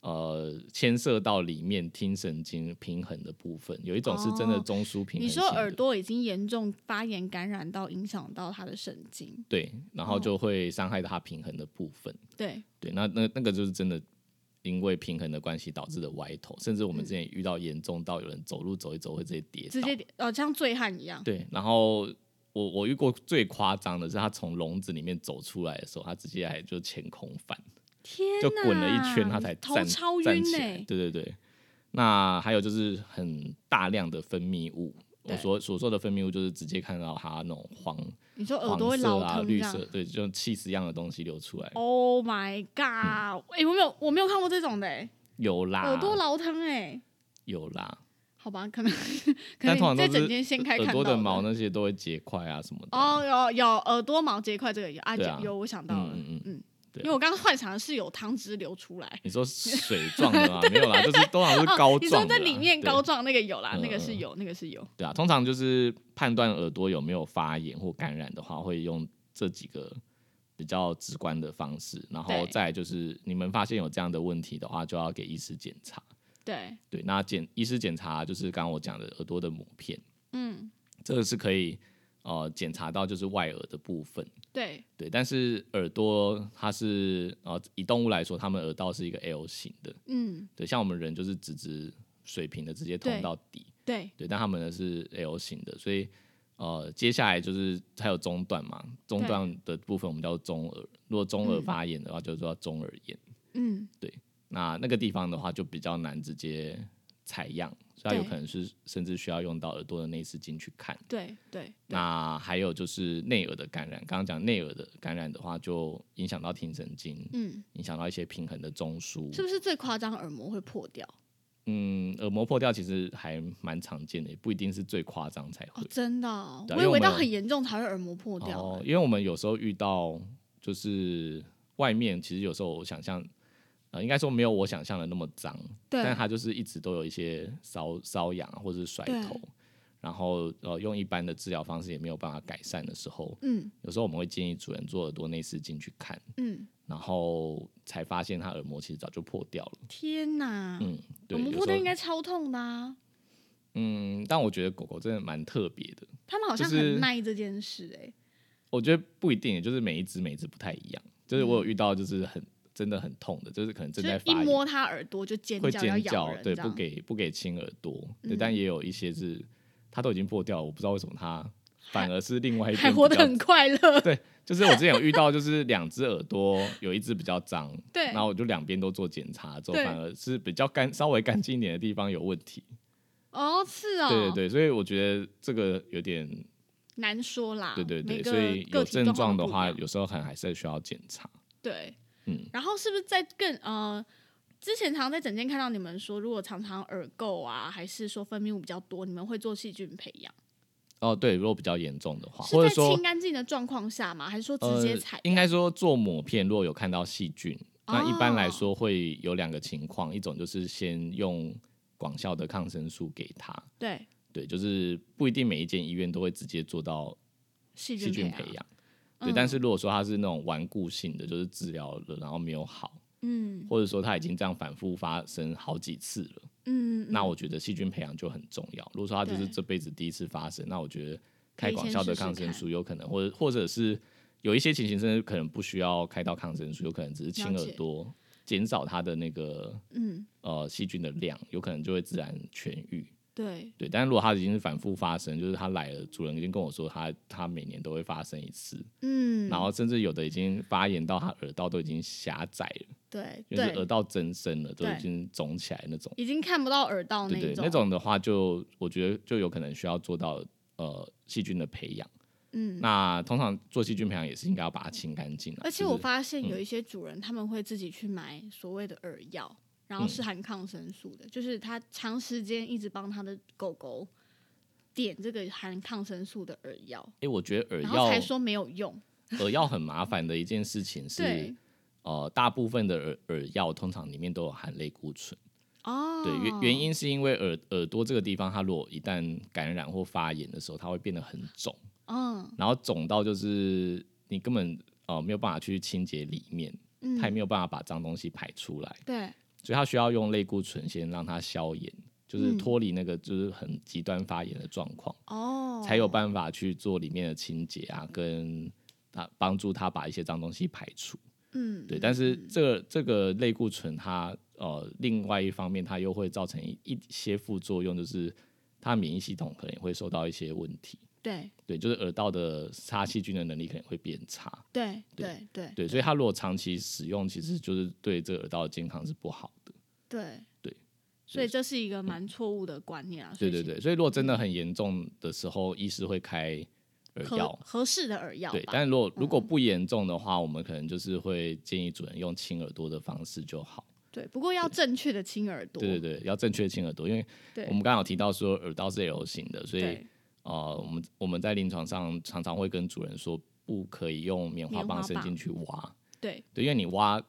[SPEAKER 2] 呃牵涉到里面听神经平衡的部分，有一种是真的
[SPEAKER 1] 哦
[SPEAKER 2] 中枢平衡、
[SPEAKER 1] 你说耳？朵已经严重发炎感染到影响到他的神经，
[SPEAKER 2] 对，然
[SPEAKER 1] 哦
[SPEAKER 2] 后就会伤害到他平衡的部分。
[SPEAKER 1] 对，
[SPEAKER 2] 对，那那那个就是真的因为平衡的关系导致的歪头，甚至我们之前也遇到严重到有人走路走一走会直接跌倒。
[SPEAKER 1] 嗯直接哦，像醉汉一样，
[SPEAKER 2] 对，然后我我遇过最夸张的是，他从笼子里面走出来的时候，他直接还就前空翻，
[SPEAKER 1] 天
[SPEAKER 2] 就
[SPEAKER 1] 哪，
[SPEAKER 2] 滚了一圈，他才
[SPEAKER 1] 头
[SPEAKER 2] 站
[SPEAKER 1] 超
[SPEAKER 2] 站
[SPEAKER 1] 晕欸
[SPEAKER 2] 起
[SPEAKER 1] 呢、
[SPEAKER 2] 来。对对对，那还有就是很大量的分泌物。我
[SPEAKER 1] 对
[SPEAKER 2] 所所说的分泌物就是直接看到它那种黄
[SPEAKER 1] 你说耳朵
[SPEAKER 2] 黄
[SPEAKER 1] 会
[SPEAKER 2] 色
[SPEAKER 1] 老
[SPEAKER 2] 啊、
[SPEAKER 1] 疼
[SPEAKER 2] 绿
[SPEAKER 1] 这样
[SPEAKER 2] 色，对，就气死一样的东西流出来，
[SPEAKER 1] Oh my god！哎、我
[SPEAKER 2] 嗯
[SPEAKER 1] 没有，我没有看过这种的、欸，
[SPEAKER 2] 有啦，
[SPEAKER 1] 耳朵老疼哎、
[SPEAKER 2] 有啦，
[SPEAKER 1] 好吧，可能可
[SPEAKER 2] 但
[SPEAKER 1] 能
[SPEAKER 2] 通
[SPEAKER 1] 你
[SPEAKER 2] 常都
[SPEAKER 1] 在
[SPEAKER 2] 是
[SPEAKER 1] 整间掀开看
[SPEAKER 2] 耳
[SPEAKER 1] 到
[SPEAKER 2] 朵的毛那些都会结块啊什么的。
[SPEAKER 1] 哦，有有耳朵毛这一块，这个有啊，
[SPEAKER 2] 对啊
[SPEAKER 1] 有我想到了，
[SPEAKER 2] 嗯嗯嗯，对啊
[SPEAKER 1] 因为我刚刚幻想的是有汤汁流出来，
[SPEAKER 2] 你说水状 的吗？没有啦，就是通常是膏
[SPEAKER 1] 哦你说
[SPEAKER 2] 状的啦。
[SPEAKER 1] 在里面
[SPEAKER 2] 对
[SPEAKER 1] 膏状那个有啦，
[SPEAKER 2] 嗯
[SPEAKER 1] 那个
[SPEAKER 2] 嗯
[SPEAKER 1] 是
[SPEAKER 2] 嗯
[SPEAKER 1] 有，那个是有，
[SPEAKER 2] 对啊，通常就是判断耳朵有没有发炎或感染的话，会用这几个比较直观的方式。然后
[SPEAKER 1] 对
[SPEAKER 2] 再来就是你们发现有这样的问题的话，就要给医师检查。
[SPEAKER 1] 对，
[SPEAKER 2] 对，那检医师检查就是刚刚我讲的耳朵的膜片，
[SPEAKER 1] 嗯，
[SPEAKER 2] 这个是可以呃检查到就是外耳的部分。
[SPEAKER 1] 对，
[SPEAKER 2] 对，但是耳朵它是呃，以动物来说，它们耳道是一个 L 型的，
[SPEAKER 1] 嗯，
[SPEAKER 2] 对，像我们人就是直直水平的，直接
[SPEAKER 1] 对
[SPEAKER 2] 通到底，
[SPEAKER 1] 对，
[SPEAKER 2] 对，但它们呢是 L 型的，所以呃，接下来就是还有中段嘛，中段的部分我们叫中耳，如果中耳
[SPEAKER 1] 嗯
[SPEAKER 2] 发炎的话，就叫中耳炎，
[SPEAKER 1] 嗯，
[SPEAKER 2] 那那个地方的话就比较难直接采样，所以它有
[SPEAKER 1] 对
[SPEAKER 2] 可能是甚至需要用到耳朵的内视镜去看。
[SPEAKER 1] 对对，对
[SPEAKER 2] 那还有就是内耳的感染，刚刚讲内耳的感染的话，就影响到听神经，
[SPEAKER 1] 嗯，
[SPEAKER 2] 影响到一些平衡的中枢。
[SPEAKER 1] 是不是最夸张耳膜会破掉？
[SPEAKER 2] 嗯，耳膜破掉其实还蛮常见的，也不一定是最夸张才会
[SPEAKER 1] 哦，。真的哦、
[SPEAKER 2] 对啊
[SPEAKER 1] 我
[SPEAKER 2] 因为
[SPEAKER 1] 以
[SPEAKER 2] 我
[SPEAKER 1] 为
[SPEAKER 2] 们
[SPEAKER 1] 到
[SPEAKER 2] 有哦
[SPEAKER 1] 很严重才会耳膜破掉、
[SPEAKER 2] 因为我们有时候遇到就是外面，其实有时候我想象呃，应该说没有我想象的那么脏，但
[SPEAKER 1] 对
[SPEAKER 2] 它就是一直都有一些瘙瘙痒啊或者是甩
[SPEAKER 1] 对
[SPEAKER 2] 头，然后呃用一般的治疗方式也没有办法改善的时候，
[SPEAKER 1] 嗯
[SPEAKER 2] 有时候我们会建议主人做耳朵内视镜去看，
[SPEAKER 1] 嗯，
[SPEAKER 2] 然后才发现他耳膜其实早就破掉了。
[SPEAKER 1] 天哪，
[SPEAKER 2] 嗯，对，
[SPEAKER 1] 我们
[SPEAKER 2] 有
[SPEAKER 1] 破
[SPEAKER 2] 时
[SPEAKER 1] 掉
[SPEAKER 2] 候
[SPEAKER 1] 应该超痛的啊！
[SPEAKER 2] 嗯，但我觉得狗狗真的蛮特别的。
[SPEAKER 1] 他们好像
[SPEAKER 2] 就是
[SPEAKER 1] 很耐这件事、欸，
[SPEAKER 2] 我觉得不一定，就是每一只每一只不太一样。就是我有遇到就是很真的很痛的，就是可能正在
[SPEAKER 1] 嗯就是一
[SPEAKER 2] 发炎
[SPEAKER 1] 摸它耳朵就尖
[SPEAKER 2] 会
[SPEAKER 1] 叫，要
[SPEAKER 2] 尖
[SPEAKER 1] 咬
[SPEAKER 2] 叫，
[SPEAKER 1] 人，
[SPEAKER 2] 对，
[SPEAKER 1] 这
[SPEAKER 2] 不
[SPEAKER 1] 样
[SPEAKER 2] 给不给亲耳朵。对，
[SPEAKER 1] 嗯
[SPEAKER 2] 但也有一些是它都已经破掉了，我不知道为什么它反而是另外一边
[SPEAKER 1] 还活得
[SPEAKER 2] 比较
[SPEAKER 1] 很快 乐，
[SPEAKER 2] 对，就是我之前有遇到，就是两只耳朵有一只比较脏，
[SPEAKER 1] 对
[SPEAKER 2] 然后我就两边都做检查之后，
[SPEAKER 1] 对
[SPEAKER 2] 反而是比较干稍微干净一点的地方有问题。
[SPEAKER 1] 哦，是哦，
[SPEAKER 2] 对对对，所以我觉得这个有点，
[SPEAKER 1] 难说啦，
[SPEAKER 2] 对对
[SPEAKER 1] 啊每
[SPEAKER 2] 对，
[SPEAKER 1] 个
[SPEAKER 2] 所以有
[SPEAKER 1] 个体
[SPEAKER 2] 症状的
[SPEAKER 1] 都不一
[SPEAKER 2] 话，
[SPEAKER 1] 样
[SPEAKER 2] 有时候可能还是需要检查。
[SPEAKER 1] 对，
[SPEAKER 2] 嗯，
[SPEAKER 1] 然后是不是在更呃，之前常在诊间看到你们说，如果常常耳垢啊，还是说分泌物比较多，你们会做细菌培养，
[SPEAKER 2] 哦，对，如果比较严重的话，
[SPEAKER 1] 是
[SPEAKER 2] 哦或者
[SPEAKER 1] 在
[SPEAKER 2] 说
[SPEAKER 1] 清干净的状况下吗？还是说直
[SPEAKER 2] 呃
[SPEAKER 1] 接采，
[SPEAKER 2] 应该说做抹片，如果有看到细菌，那一般来
[SPEAKER 1] 哦
[SPEAKER 2] 说会有两个情况，一种就是先用广效的抗生素给它，
[SPEAKER 1] 对
[SPEAKER 2] 对，就是不一定每一间医院都会直接做到
[SPEAKER 1] 细
[SPEAKER 2] 细菌
[SPEAKER 1] 菌
[SPEAKER 2] 培
[SPEAKER 1] 养？嗯
[SPEAKER 2] 养。对，但是如果说它是那种顽固性的，就是治疗了然后没有好，
[SPEAKER 1] 嗯
[SPEAKER 2] 或者说它已经这样反复发生好几次了，
[SPEAKER 1] 嗯，
[SPEAKER 2] 那
[SPEAKER 1] 嗯
[SPEAKER 2] 我觉得细菌培养就很重要。如果说它就是
[SPEAKER 1] 对
[SPEAKER 2] 这辈子第一次发生，那我觉得开
[SPEAKER 1] 可以
[SPEAKER 2] 广
[SPEAKER 1] 先
[SPEAKER 2] 效的
[SPEAKER 1] 试试
[SPEAKER 2] 抗生
[SPEAKER 1] 看
[SPEAKER 2] 素有可能，或者或者是有一些情形甚至可能不需要开到抗生素，有可能只是清
[SPEAKER 1] 了
[SPEAKER 2] 耳
[SPEAKER 1] 解
[SPEAKER 2] 朵，减少它的那个
[SPEAKER 1] 嗯
[SPEAKER 2] 呃细菌的量，有可能就会自然痊愈。
[SPEAKER 1] 对，
[SPEAKER 2] 对，但是如果它已经是反复发生，就是它来了，主人已经跟我说它它每年都会发生一次，
[SPEAKER 1] 嗯，
[SPEAKER 2] 然后甚至有的已经发炎到它耳道都已经狭窄了，
[SPEAKER 1] 对
[SPEAKER 2] 就是
[SPEAKER 1] 对
[SPEAKER 2] 耳，道增生了，都
[SPEAKER 1] 对
[SPEAKER 2] 已经肿起来那种。
[SPEAKER 1] 已经看不到耳道
[SPEAKER 2] 对对，
[SPEAKER 1] 种，
[SPEAKER 2] 那种的话就，我觉得就有可能需要做到呃细菌的培养。
[SPEAKER 1] 嗯。
[SPEAKER 2] 那通常做细菌培养也是应该要把它清干净啊
[SPEAKER 1] 而且
[SPEAKER 2] 就是
[SPEAKER 1] 我发现有一些主人他们会自己去买所谓的耳药，然
[SPEAKER 2] 嗯
[SPEAKER 1] 后是含抗生素的，就是他长时间一直帮他的狗狗点这个含抗生素的耳药，
[SPEAKER 2] 诶，我觉得耳
[SPEAKER 1] 然后
[SPEAKER 2] 药
[SPEAKER 1] 才说没有用。
[SPEAKER 2] 耳药很麻烦的一件事情是
[SPEAKER 1] 对，，
[SPEAKER 2] 呃，大部分的耳耳药通常里面都有含类固醇。
[SPEAKER 1] 哦，
[SPEAKER 2] 对，原原因是因为耳耳朵这个地方，它如果一旦感染或发炎的时候，它会变得很肿，
[SPEAKER 1] 嗯，
[SPEAKER 2] 然后肿到就是你根本呃没有办法去清洁里面，
[SPEAKER 1] 嗯
[SPEAKER 2] 它也没有办法把脏东西排出来，
[SPEAKER 1] 对，
[SPEAKER 2] 所以它需要用类固醇先让它消炎，就是
[SPEAKER 1] 嗯
[SPEAKER 2] 脱离那个就是很极端发炎的状况，
[SPEAKER 1] 哦，
[SPEAKER 2] 才有办法去做里面的清洁啊，跟它帮助它把一些脏东西排除。
[SPEAKER 1] 嗯，
[SPEAKER 2] 对，
[SPEAKER 1] 嗯
[SPEAKER 2] 但是这个这个类固醇它呃，另外一方面它又会造成一一些副作用，就是它免疫系统可能也会受到一些问题。
[SPEAKER 1] 对
[SPEAKER 2] 对，就是耳道的杀细菌的能力可能会变差。
[SPEAKER 1] 对对对
[SPEAKER 2] 对，所以它如果长期使用，其实就是对这个耳道的健康是不好的。
[SPEAKER 1] 对
[SPEAKER 2] 对，嗯
[SPEAKER 1] 所以这是一个蛮错误的观念啊。所
[SPEAKER 2] 对
[SPEAKER 1] 以
[SPEAKER 2] 对
[SPEAKER 1] 请
[SPEAKER 2] 对，所以如果真
[SPEAKER 1] 嗯
[SPEAKER 2] 的很严重的时候，医师会开耳
[SPEAKER 1] 合
[SPEAKER 2] 药。
[SPEAKER 1] 合适的耳药吧，嗯
[SPEAKER 2] 对，但如果如果不严重的话，我们可能就是会建议主人用清耳朵的方式就好。
[SPEAKER 1] 对，不过要正确的清耳朵，
[SPEAKER 2] 对对对，要正确清耳朵，因为
[SPEAKER 1] 对
[SPEAKER 2] 我们刚刚有提到说耳道是 L 型的，所以
[SPEAKER 1] 对
[SPEAKER 2] 呃，我们我们在临床上常常会跟主人说，不可以用棉花
[SPEAKER 1] 棉花
[SPEAKER 2] 棒伸
[SPEAKER 1] 棒
[SPEAKER 2] 进去挖，
[SPEAKER 1] 对
[SPEAKER 2] 对，因为你挖，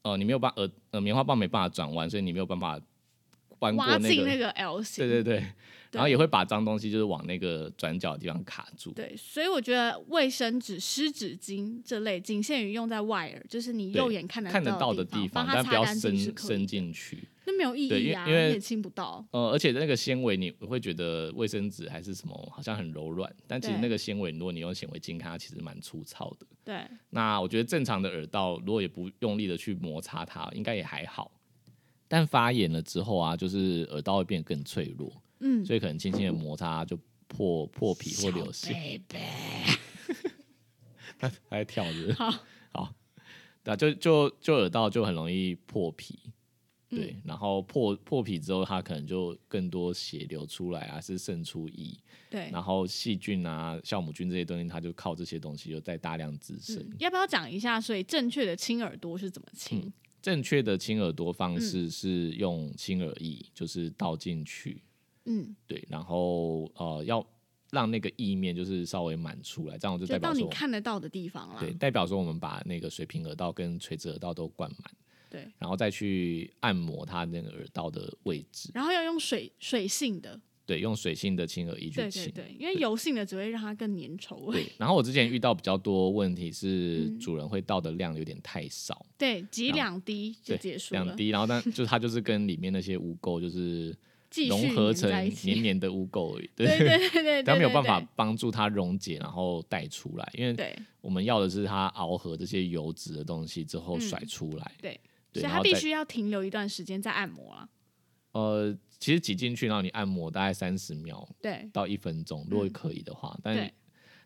[SPEAKER 2] 呃，你没有办呃呃棉花棒没办法转弯，所以你没有办法弯过
[SPEAKER 1] 挖
[SPEAKER 2] 那
[SPEAKER 1] 进
[SPEAKER 2] 个，
[SPEAKER 1] 那个 L 型，
[SPEAKER 2] 对对对，然后
[SPEAKER 1] 对
[SPEAKER 2] 也会把脏东西就是往那个转角的地方卡住，
[SPEAKER 1] 对，所以我觉得卫生纸、湿纸巾这类仅限于用在外耳，就是你
[SPEAKER 2] 对
[SPEAKER 1] 右眼看得
[SPEAKER 2] 看得到
[SPEAKER 1] 到
[SPEAKER 2] 的
[SPEAKER 1] 地
[SPEAKER 2] 方，
[SPEAKER 1] 帮它
[SPEAKER 2] 但不
[SPEAKER 1] 擦
[SPEAKER 2] 要
[SPEAKER 1] 干净
[SPEAKER 2] 伸
[SPEAKER 1] 是可以
[SPEAKER 2] 伸
[SPEAKER 1] 的，
[SPEAKER 2] 进去。
[SPEAKER 1] 那没有意
[SPEAKER 2] 对因
[SPEAKER 1] 义
[SPEAKER 2] 为
[SPEAKER 1] 啊，
[SPEAKER 2] 因为
[SPEAKER 1] 你也亲不到。
[SPEAKER 2] 呃，而且那个纤维，你会觉得卫生纸还是什么，好像很柔软，但其实
[SPEAKER 1] 对
[SPEAKER 2] 那个纤维，如果你用显微镜看，它其实蛮粗糙的。
[SPEAKER 1] 对，
[SPEAKER 2] 那我觉得正常的耳道，如果也不用力的去摩擦它，应该也还好。但发炎了之后啊，就是耳道会变得更脆弱，
[SPEAKER 1] 嗯，
[SPEAKER 2] 所以可能轻轻的摩擦就破破皮或流
[SPEAKER 1] 哎
[SPEAKER 2] 血。它在跳着，
[SPEAKER 1] 好，
[SPEAKER 2] 好，对啊、就就就耳道就很容易破皮，对，
[SPEAKER 1] 嗯
[SPEAKER 2] 然后破破皮之后，它可能就更多血流出来啊，是渗出液，
[SPEAKER 1] 对。
[SPEAKER 2] 然后细菌啊、酵母菌这些东西，它就靠这些东西又在大量滋生。
[SPEAKER 1] 嗯要不要讲一下？所以正确的清耳朵是怎么清？
[SPEAKER 2] 正确的清耳朵方式是用清耳液，就是倒进去，
[SPEAKER 1] 嗯，
[SPEAKER 2] 对，然后呃要让那个液面就是稍微满出来，这样就
[SPEAKER 1] 就
[SPEAKER 2] 代
[SPEAKER 1] 到
[SPEAKER 2] 表
[SPEAKER 1] 你
[SPEAKER 2] 说，
[SPEAKER 1] 看得到的地方啦
[SPEAKER 2] 对，。代表说我们把那个水平耳道跟垂直耳道都灌满，
[SPEAKER 1] 对，
[SPEAKER 2] 然后再去按摩它那个耳道的位置，
[SPEAKER 1] 然后要用水水性的，
[SPEAKER 2] 对，用水性的轻耳液去
[SPEAKER 1] 对对
[SPEAKER 2] 清。
[SPEAKER 1] 对，因为油性的只会让它更粘稠味，
[SPEAKER 2] 对，然后我之前遇到比较多问题是
[SPEAKER 1] 嗯
[SPEAKER 2] 主人会倒的量有点太少，
[SPEAKER 1] 对，挤
[SPEAKER 2] 然后
[SPEAKER 1] 两滴就
[SPEAKER 2] 对
[SPEAKER 1] 结束了
[SPEAKER 2] 两，滴，然 后但就是它就是跟里面那些污垢就是
[SPEAKER 1] 继续
[SPEAKER 2] 融合
[SPEAKER 1] 粘
[SPEAKER 2] 成
[SPEAKER 1] 在一
[SPEAKER 2] 黏
[SPEAKER 1] 起，
[SPEAKER 2] 黏的污垢 而已，
[SPEAKER 1] 对对对对对，
[SPEAKER 2] 它没有
[SPEAKER 1] 对
[SPEAKER 2] 办法帮助它溶解然后带出来，因为
[SPEAKER 1] 对，
[SPEAKER 2] 我们要的是它螯合这些油脂的东西之后
[SPEAKER 1] 嗯
[SPEAKER 2] 甩出来，
[SPEAKER 1] 对
[SPEAKER 2] 对，
[SPEAKER 1] 所以
[SPEAKER 2] 然
[SPEAKER 1] 它
[SPEAKER 2] 后
[SPEAKER 1] 必
[SPEAKER 2] 再
[SPEAKER 1] 须要停留一段时间再按摩啊啦，
[SPEAKER 2] 呃，其实挤进去，然后你按摩大概三十秒
[SPEAKER 1] 对，
[SPEAKER 2] 到一分钟，如果
[SPEAKER 1] 嗯
[SPEAKER 2] 可以的话，但
[SPEAKER 1] 对。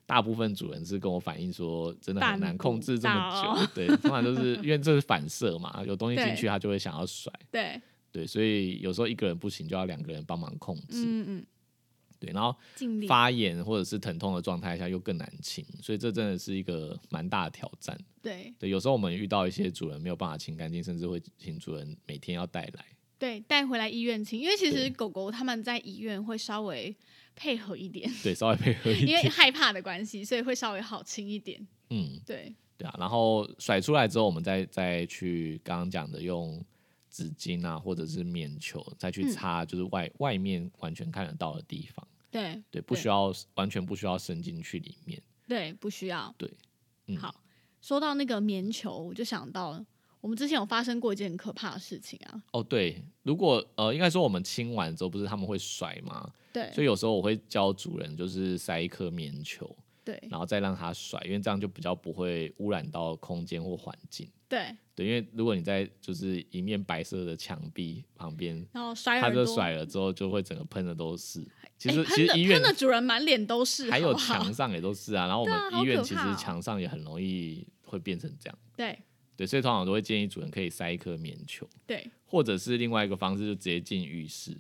[SPEAKER 2] 大部分主人是跟我反映说，真的很
[SPEAKER 1] 大
[SPEAKER 2] 难
[SPEAKER 1] 怒
[SPEAKER 2] 控制这么
[SPEAKER 1] 大哦
[SPEAKER 2] 久。对，通常都是因为这是反射嘛，有东西进
[SPEAKER 1] 对
[SPEAKER 2] 去它就会想要甩。
[SPEAKER 1] 对，
[SPEAKER 2] 对，所以有时候一个人不行，就要两个人帮忙控制。
[SPEAKER 1] 嗯嗯
[SPEAKER 2] 对，然后
[SPEAKER 1] 嗯，尽力，
[SPEAKER 2] 发炎或者是疼痛的状态下又更难清，所以这真的是一个蛮大的挑战。
[SPEAKER 1] 对
[SPEAKER 2] 对，有时候我们遇到一些主人没有办法清干净，甚至会请主人每天要带来。
[SPEAKER 1] 对，带回来医院清，因为其
[SPEAKER 2] 对
[SPEAKER 1] 实狗狗它们在医院会稍微配合一 点，
[SPEAKER 2] 对，稍微配合一
[SPEAKER 1] 因为
[SPEAKER 2] 点。
[SPEAKER 1] 害怕的关系，所以会稍微好清一点，
[SPEAKER 2] 嗯，
[SPEAKER 1] 对，
[SPEAKER 2] 对啊。然后甩出来之后，我们再再去刚刚讲的用纸巾啊，或者是棉球，再去
[SPEAKER 1] 嗯
[SPEAKER 2] 擦，就是外、外面完全看得到的地方。
[SPEAKER 1] 对
[SPEAKER 2] 对，不
[SPEAKER 1] 对
[SPEAKER 2] 需要完全不需要伸进去里面。
[SPEAKER 1] 对，不需要。
[SPEAKER 2] 对嗯
[SPEAKER 1] 好，说到那个棉球，我就想到了我们之前有发生过一件很可怕的事情啊。
[SPEAKER 2] 哦，对，如果呃，应该说我们清完之后，不是他们会甩吗？
[SPEAKER 1] 对
[SPEAKER 2] 所以有时候我会教主人就是塞一颗棉球，
[SPEAKER 1] 对
[SPEAKER 2] 然后再让它甩，因为这样就比较不会污染到空间或环境。
[SPEAKER 1] 对，
[SPEAKER 2] 对，因为如果你在就是一面白色的墙壁旁边，
[SPEAKER 1] 然后甩
[SPEAKER 2] 它
[SPEAKER 1] 耳
[SPEAKER 2] 就
[SPEAKER 1] 朵，
[SPEAKER 2] 甩了之后就会整个喷的都是。其
[SPEAKER 1] 哎
[SPEAKER 2] 实
[SPEAKER 1] 喷
[SPEAKER 2] 其
[SPEAKER 1] 的
[SPEAKER 2] 实医院
[SPEAKER 1] 喷的主人满脸都是，
[SPEAKER 2] 还
[SPEAKER 1] 好
[SPEAKER 2] 有
[SPEAKER 1] 不好
[SPEAKER 2] 墙上也都是啊，然后我
[SPEAKER 1] 对啊
[SPEAKER 2] 们
[SPEAKER 1] 好
[SPEAKER 2] 医院
[SPEAKER 1] 可
[SPEAKER 2] 其实
[SPEAKER 1] 怕哦
[SPEAKER 2] 墙上也很容易会变成这样。
[SPEAKER 1] 对
[SPEAKER 2] 对，所以通常我都会建议主人可以塞一颗棉球，
[SPEAKER 1] 对
[SPEAKER 2] 或者是另外一个方式就直接进浴室。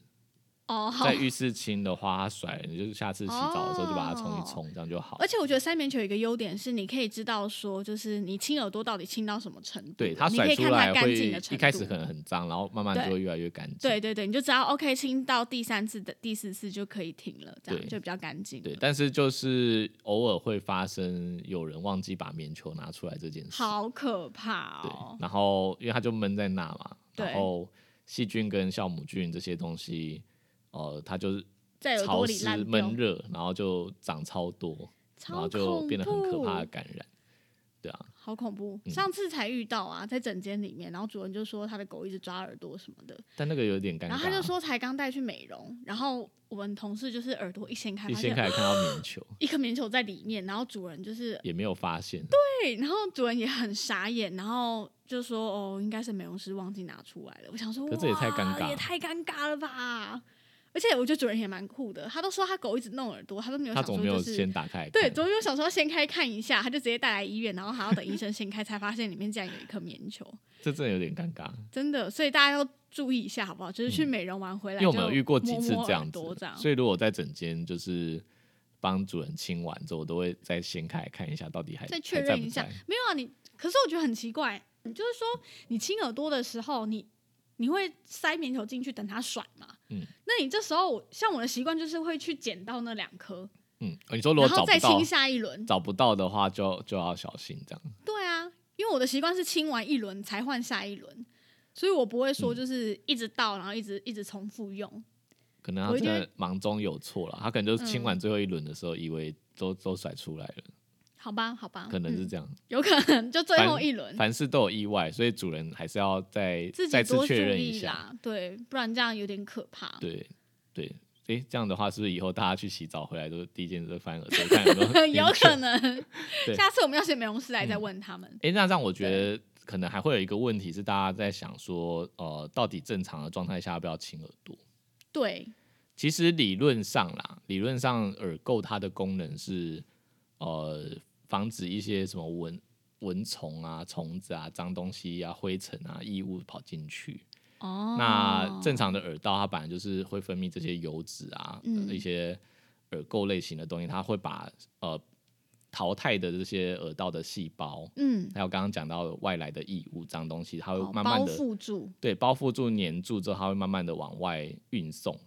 [SPEAKER 1] 哦好
[SPEAKER 2] 在。浴室清的话，它甩了，你就是下次洗澡的时候就把它冲一冲，这样就好
[SPEAKER 1] 哦而。且我觉得塞棉球有一个优点是，你可以知道说，就是你亲耳朵到底亲到什么程度，
[SPEAKER 2] 对，它
[SPEAKER 1] 你
[SPEAKER 2] 甩
[SPEAKER 1] 可以
[SPEAKER 2] 出
[SPEAKER 1] 看它
[SPEAKER 2] 来
[SPEAKER 1] 干
[SPEAKER 2] 会
[SPEAKER 1] 净的程度。
[SPEAKER 2] 一开始可能很脏，然后慢慢就
[SPEAKER 1] 对
[SPEAKER 2] 会越来越干净。
[SPEAKER 1] 对对对，你就知道 OK，亲到第三次的第四次就可以停了，这
[SPEAKER 2] 对
[SPEAKER 1] 样就比较干净了。
[SPEAKER 2] 对，但是就是偶尔会发生有人忘记把棉球拿出来这件事。
[SPEAKER 1] 好可怕
[SPEAKER 2] 对
[SPEAKER 1] 哦，！
[SPEAKER 2] 然后因为它就闷在那嘛，
[SPEAKER 1] 对
[SPEAKER 2] 然后细菌跟酵母菌这些东西，呃，它就是
[SPEAKER 1] 在耳
[SPEAKER 2] 潮
[SPEAKER 1] 朵里
[SPEAKER 2] 湿
[SPEAKER 1] 烂掉
[SPEAKER 2] 闷，热，然后就长超多，然
[SPEAKER 1] 超
[SPEAKER 2] 后就变得很可怕的
[SPEAKER 1] 恐怖，
[SPEAKER 2] 感染。对啊，
[SPEAKER 1] 好恐怖！
[SPEAKER 2] 嗯
[SPEAKER 1] 上次才遇到啊，在诊间里面，然后主人就说他的狗一直抓耳朵什么的，
[SPEAKER 2] 但那个有点尴尬。
[SPEAKER 1] 然后他就说才刚带去美容，然后我们同事就是耳朵一掀开，
[SPEAKER 2] 一
[SPEAKER 1] 发
[SPEAKER 2] 掀
[SPEAKER 1] 现
[SPEAKER 2] 开看到棉球，
[SPEAKER 1] 一颗棉球在里面，然后主人就是
[SPEAKER 2] 也没有发现。
[SPEAKER 1] 对，然后主人也很傻眼，然后就说哦，应该是美容师忘记拿出来了。我想说，
[SPEAKER 2] 可这也太尴
[SPEAKER 1] 哇
[SPEAKER 2] 尬了
[SPEAKER 1] 也太尴尬了吧！而且我觉得主人也蛮酷的，他都说他狗一直弄耳朵，他都没有
[SPEAKER 2] 他
[SPEAKER 1] 想说
[SPEAKER 2] 总没
[SPEAKER 1] 就
[SPEAKER 2] 有
[SPEAKER 1] 是
[SPEAKER 2] 先打开来看。
[SPEAKER 1] 对，总有想说掀开看一下，他就直接带来医院，然后还要等医生掀开，才发现里面竟然有一颗棉球，
[SPEAKER 2] 这真的有点尴尬。
[SPEAKER 1] 真的，所以大家要注意一下，好不好？就是去美容完回
[SPEAKER 2] 嗯因
[SPEAKER 1] 来，
[SPEAKER 2] 为我们有遇过几
[SPEAKER 1] 摸
[SPEAKER 2] 次
[SPEAKER 1] 摸
[SPEAKER 2] 这样
[SPEAKER 1] 耳
[SPEAKER 2] 子，
[SPEAKER 1] 朵这样
[SPEAKER 2] 所以如果我在整间就是帮主人清完之后，我都会再掀开来看一下到底还
[SPEAKER 1] 再确
[SPEAKER 2] 还在
[SPEAKER 1] 认
[SPEAKER 2] 不
[SPEAKER 1] 一下
[SPEAKER 2] 在。
[SPEAKER 1] 没有啊，你可是我觉得很奇怪，你就是说你亲耳朵的时候，你你会塞棉球进去等它甩嘛？
[SPEAKER 2] 嗯，
[SPEAKER 1] 那你这时候我像我的习惯就是会去捡到那两颗，
[SPEAKER 2] 嗯，你说如果
[SPEAKER 1] 然
[SPEAKER 2] 找
[SPEAKER 1] 后
[SPEAKER 2] 不
[SPEAKER 1] 再
[SPEAKER 2] 到
[SPEAKER 1] 亲下一轮。
[SPEAKER 2] 找不到的话就，就要小心这样。
[SPEAKER 1] 对啊，因为我的习惯是清完一轮才换下一轮，所以我不会
[SPEAKER 2] 嗯
[SPEAKER 1] 说就是一直倒，然后一直一直重复用。
[SPEAKER 2] 可能他
[SPEAKER 1] 我
[SPEAKER 2] 真
[SPEAKER 1] 觉得
[SPEAKER 2] 的忙中有错了，他可能就是
[SPEAKER 1] 嗯
[SPEAKER 2] 清完最后一轮的时候，以为都都甩出来了，
[SPEAKER 1] 好吧，好吧，
[SPEAKER 2] 可能是
[SPEAKER 1] 嗯
[SPEAKER 2] 这样。
[SPEAKER 1] 有可能就最后一轮
[SPEAKER 2] 凡事都有意外，所以主人还是要再
[SPEAKER 1] 自
[SPEAKER 2] 再
[SPEAKER 1] 己
[SPEAKER 2] 次
[SPEAKER 1] 多注
[SPEAKER 2] 确认一
[SPEAKER 1] 意
[SPEAKER 2] 下。
[SPEAKER 1] 啦，对，不然这样有点可怕。
[SPEAKER 2] 对对，诶，这样的话是不是以后大家去洗澡回来都第一件事就翻耳朵看有没有
[SPEAKER 1] 有 可能
[SPEAKER 2] 对，
[SPEAKER 1] 下次我们要请美容师来再问他们。
[SPEAKER 2] 哎、那让我觉得可能还会有一个问题是，大家在想说，呃，到底正常的状态下要不要清耳朵？
[SPEAKER 1] 对，
[SPEAKER 2] 其实理论上啦，理论上耳垢它的功能是，呃，防止一些什么蚊蚊虫啊、虫子啊、脏东西啊、灰尘啊、异物跑进去。
[SPEAKER 1] 哦
[SPEAKER 2] 那正常的耳道它本来就是会分泌这些油脂啊，
[SPEAKER 1] 嗯
[SPEAKER 2] 呃一些耳垢类型的东西，它会把呃淘汰的这些耳道的细胞，
[SPEAKER 1] 嗯，
[SPEAKER 2] 还有刚刚讲到的外来的异物、脏东西，它会
[SPEAKER 1] 好
[SPEAKER 2] 呃慢慢
[SPEAKER 1] 哦包
[SPEAKER 2] 的
[SPEAKER 1] 覆住，
[SPEAKER 2] 对包覆住、粘住之后，它会慢慢的往外运送。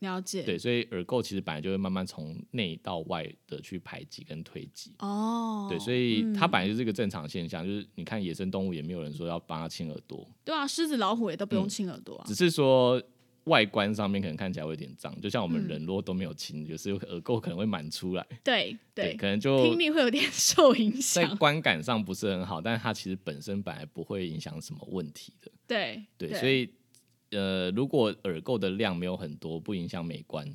[SPEAKER 1] 了解。
[SPEAKER 2] 对，所以耳垢其实本来就会慢慢从内到外的去排挤跟推挤。
[SPEAKER 1] 哦，
[SPEAKER 2] 对，所以它本来就是一个正常现象，就是你看野生动物也没有人说要帮它清耳朵，
[SPEAKER 1] 对啊，狮子、老虎也都不
[SPEAKER 2] 嗯
[SPEAKER 1] 用亲耳朵啊。
[SPEAKER 2] 只是说外观上面可能看起来会有点脏，就像我
[SPEAKER 1] 嗯
[SPEAKER 2] 们人如果都没有清，有时候耳垢可能会满出来，
[SPEAKER 1] 对对，
[SPEAKER 2] 可能就
[SPEAKER 1] 听力会有点受影
[SPEAKER 2] 在
[SPEAKER 1] 响。
[SPEAKER 2] 观感上不是很好，但它其实本身本来不会影响什么问题的，
[SPEAKER 1] 对
[SPEAKER 2] 对，所以呃，如果耳垢的量没有很多，不影响美观，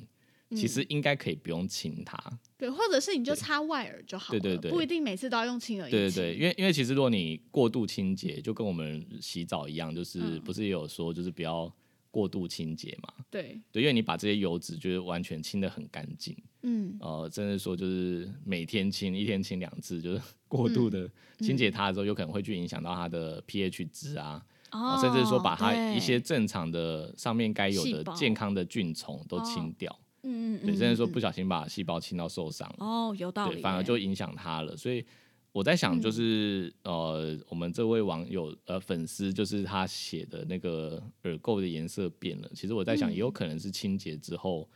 [SPEAKER 1] 嗯
[SPEAKER 2] 其实应该可以不用清它。
[SPEAKER 1] 对，或者是你就擦外耳就好了，
[SPEAKER 2] 对对对
[SPEAKER 1] 不一定每次都要用亲耳。
[SPEAKER 2] 对对对，，因为因为其实如果你过度清洁，就跟我们洗澡一样，就是、
[SPEAKER 1] 嗯
[SPEAKER 2] 不是也有说就是不要过度清洁嘛？
[SPEAKER 1] 对，
[SPEAKER 2] 对，因为你把这些油脂就是完全清的很干净，
[SPEAKER 1] 嗯，
[SPEAKER 2] 呃，甚至说就是每天清，一天清两次，就是 过度
[SPEAKER 1] 嗯
[SPEAKER 2] 的清洁它的时候，有可能会去影响到它的 pH 值啊，
[SPEAKER 1] 哦
[SPEAKER 2] 呃甚至说把它一些
[SPEAKER 1] 对
[SPEAKER 2] 正常的上面该有
[SPEAKER 1] 细
[SPEAKER 2] 的
[SPEAKER 1] 胞
[SPEAKER 2] 健康的菌虫都清掉，
[SPEAKER 1] 嗯嗯嗯，
[SPEAKER 2] 对，甚至说
[SPEAKER 1] 嗯
[SPEAKER 2] 不小心把细胞清到受伤，
[SPEAKER 1] 哦，有道理
[SPEAKER 2] 对，
[SPEAKER 1] 耶，嗯
[SPEAKER 2] 反而就影响他了。所以我在想，就是、呃，我们这位网友呃粉丝，就是他写的那个耳垢的颜色变了。其实我在想，也
[SPEAKER 1] 嗯
[SPEAKER 2] 有可能是清洁之后，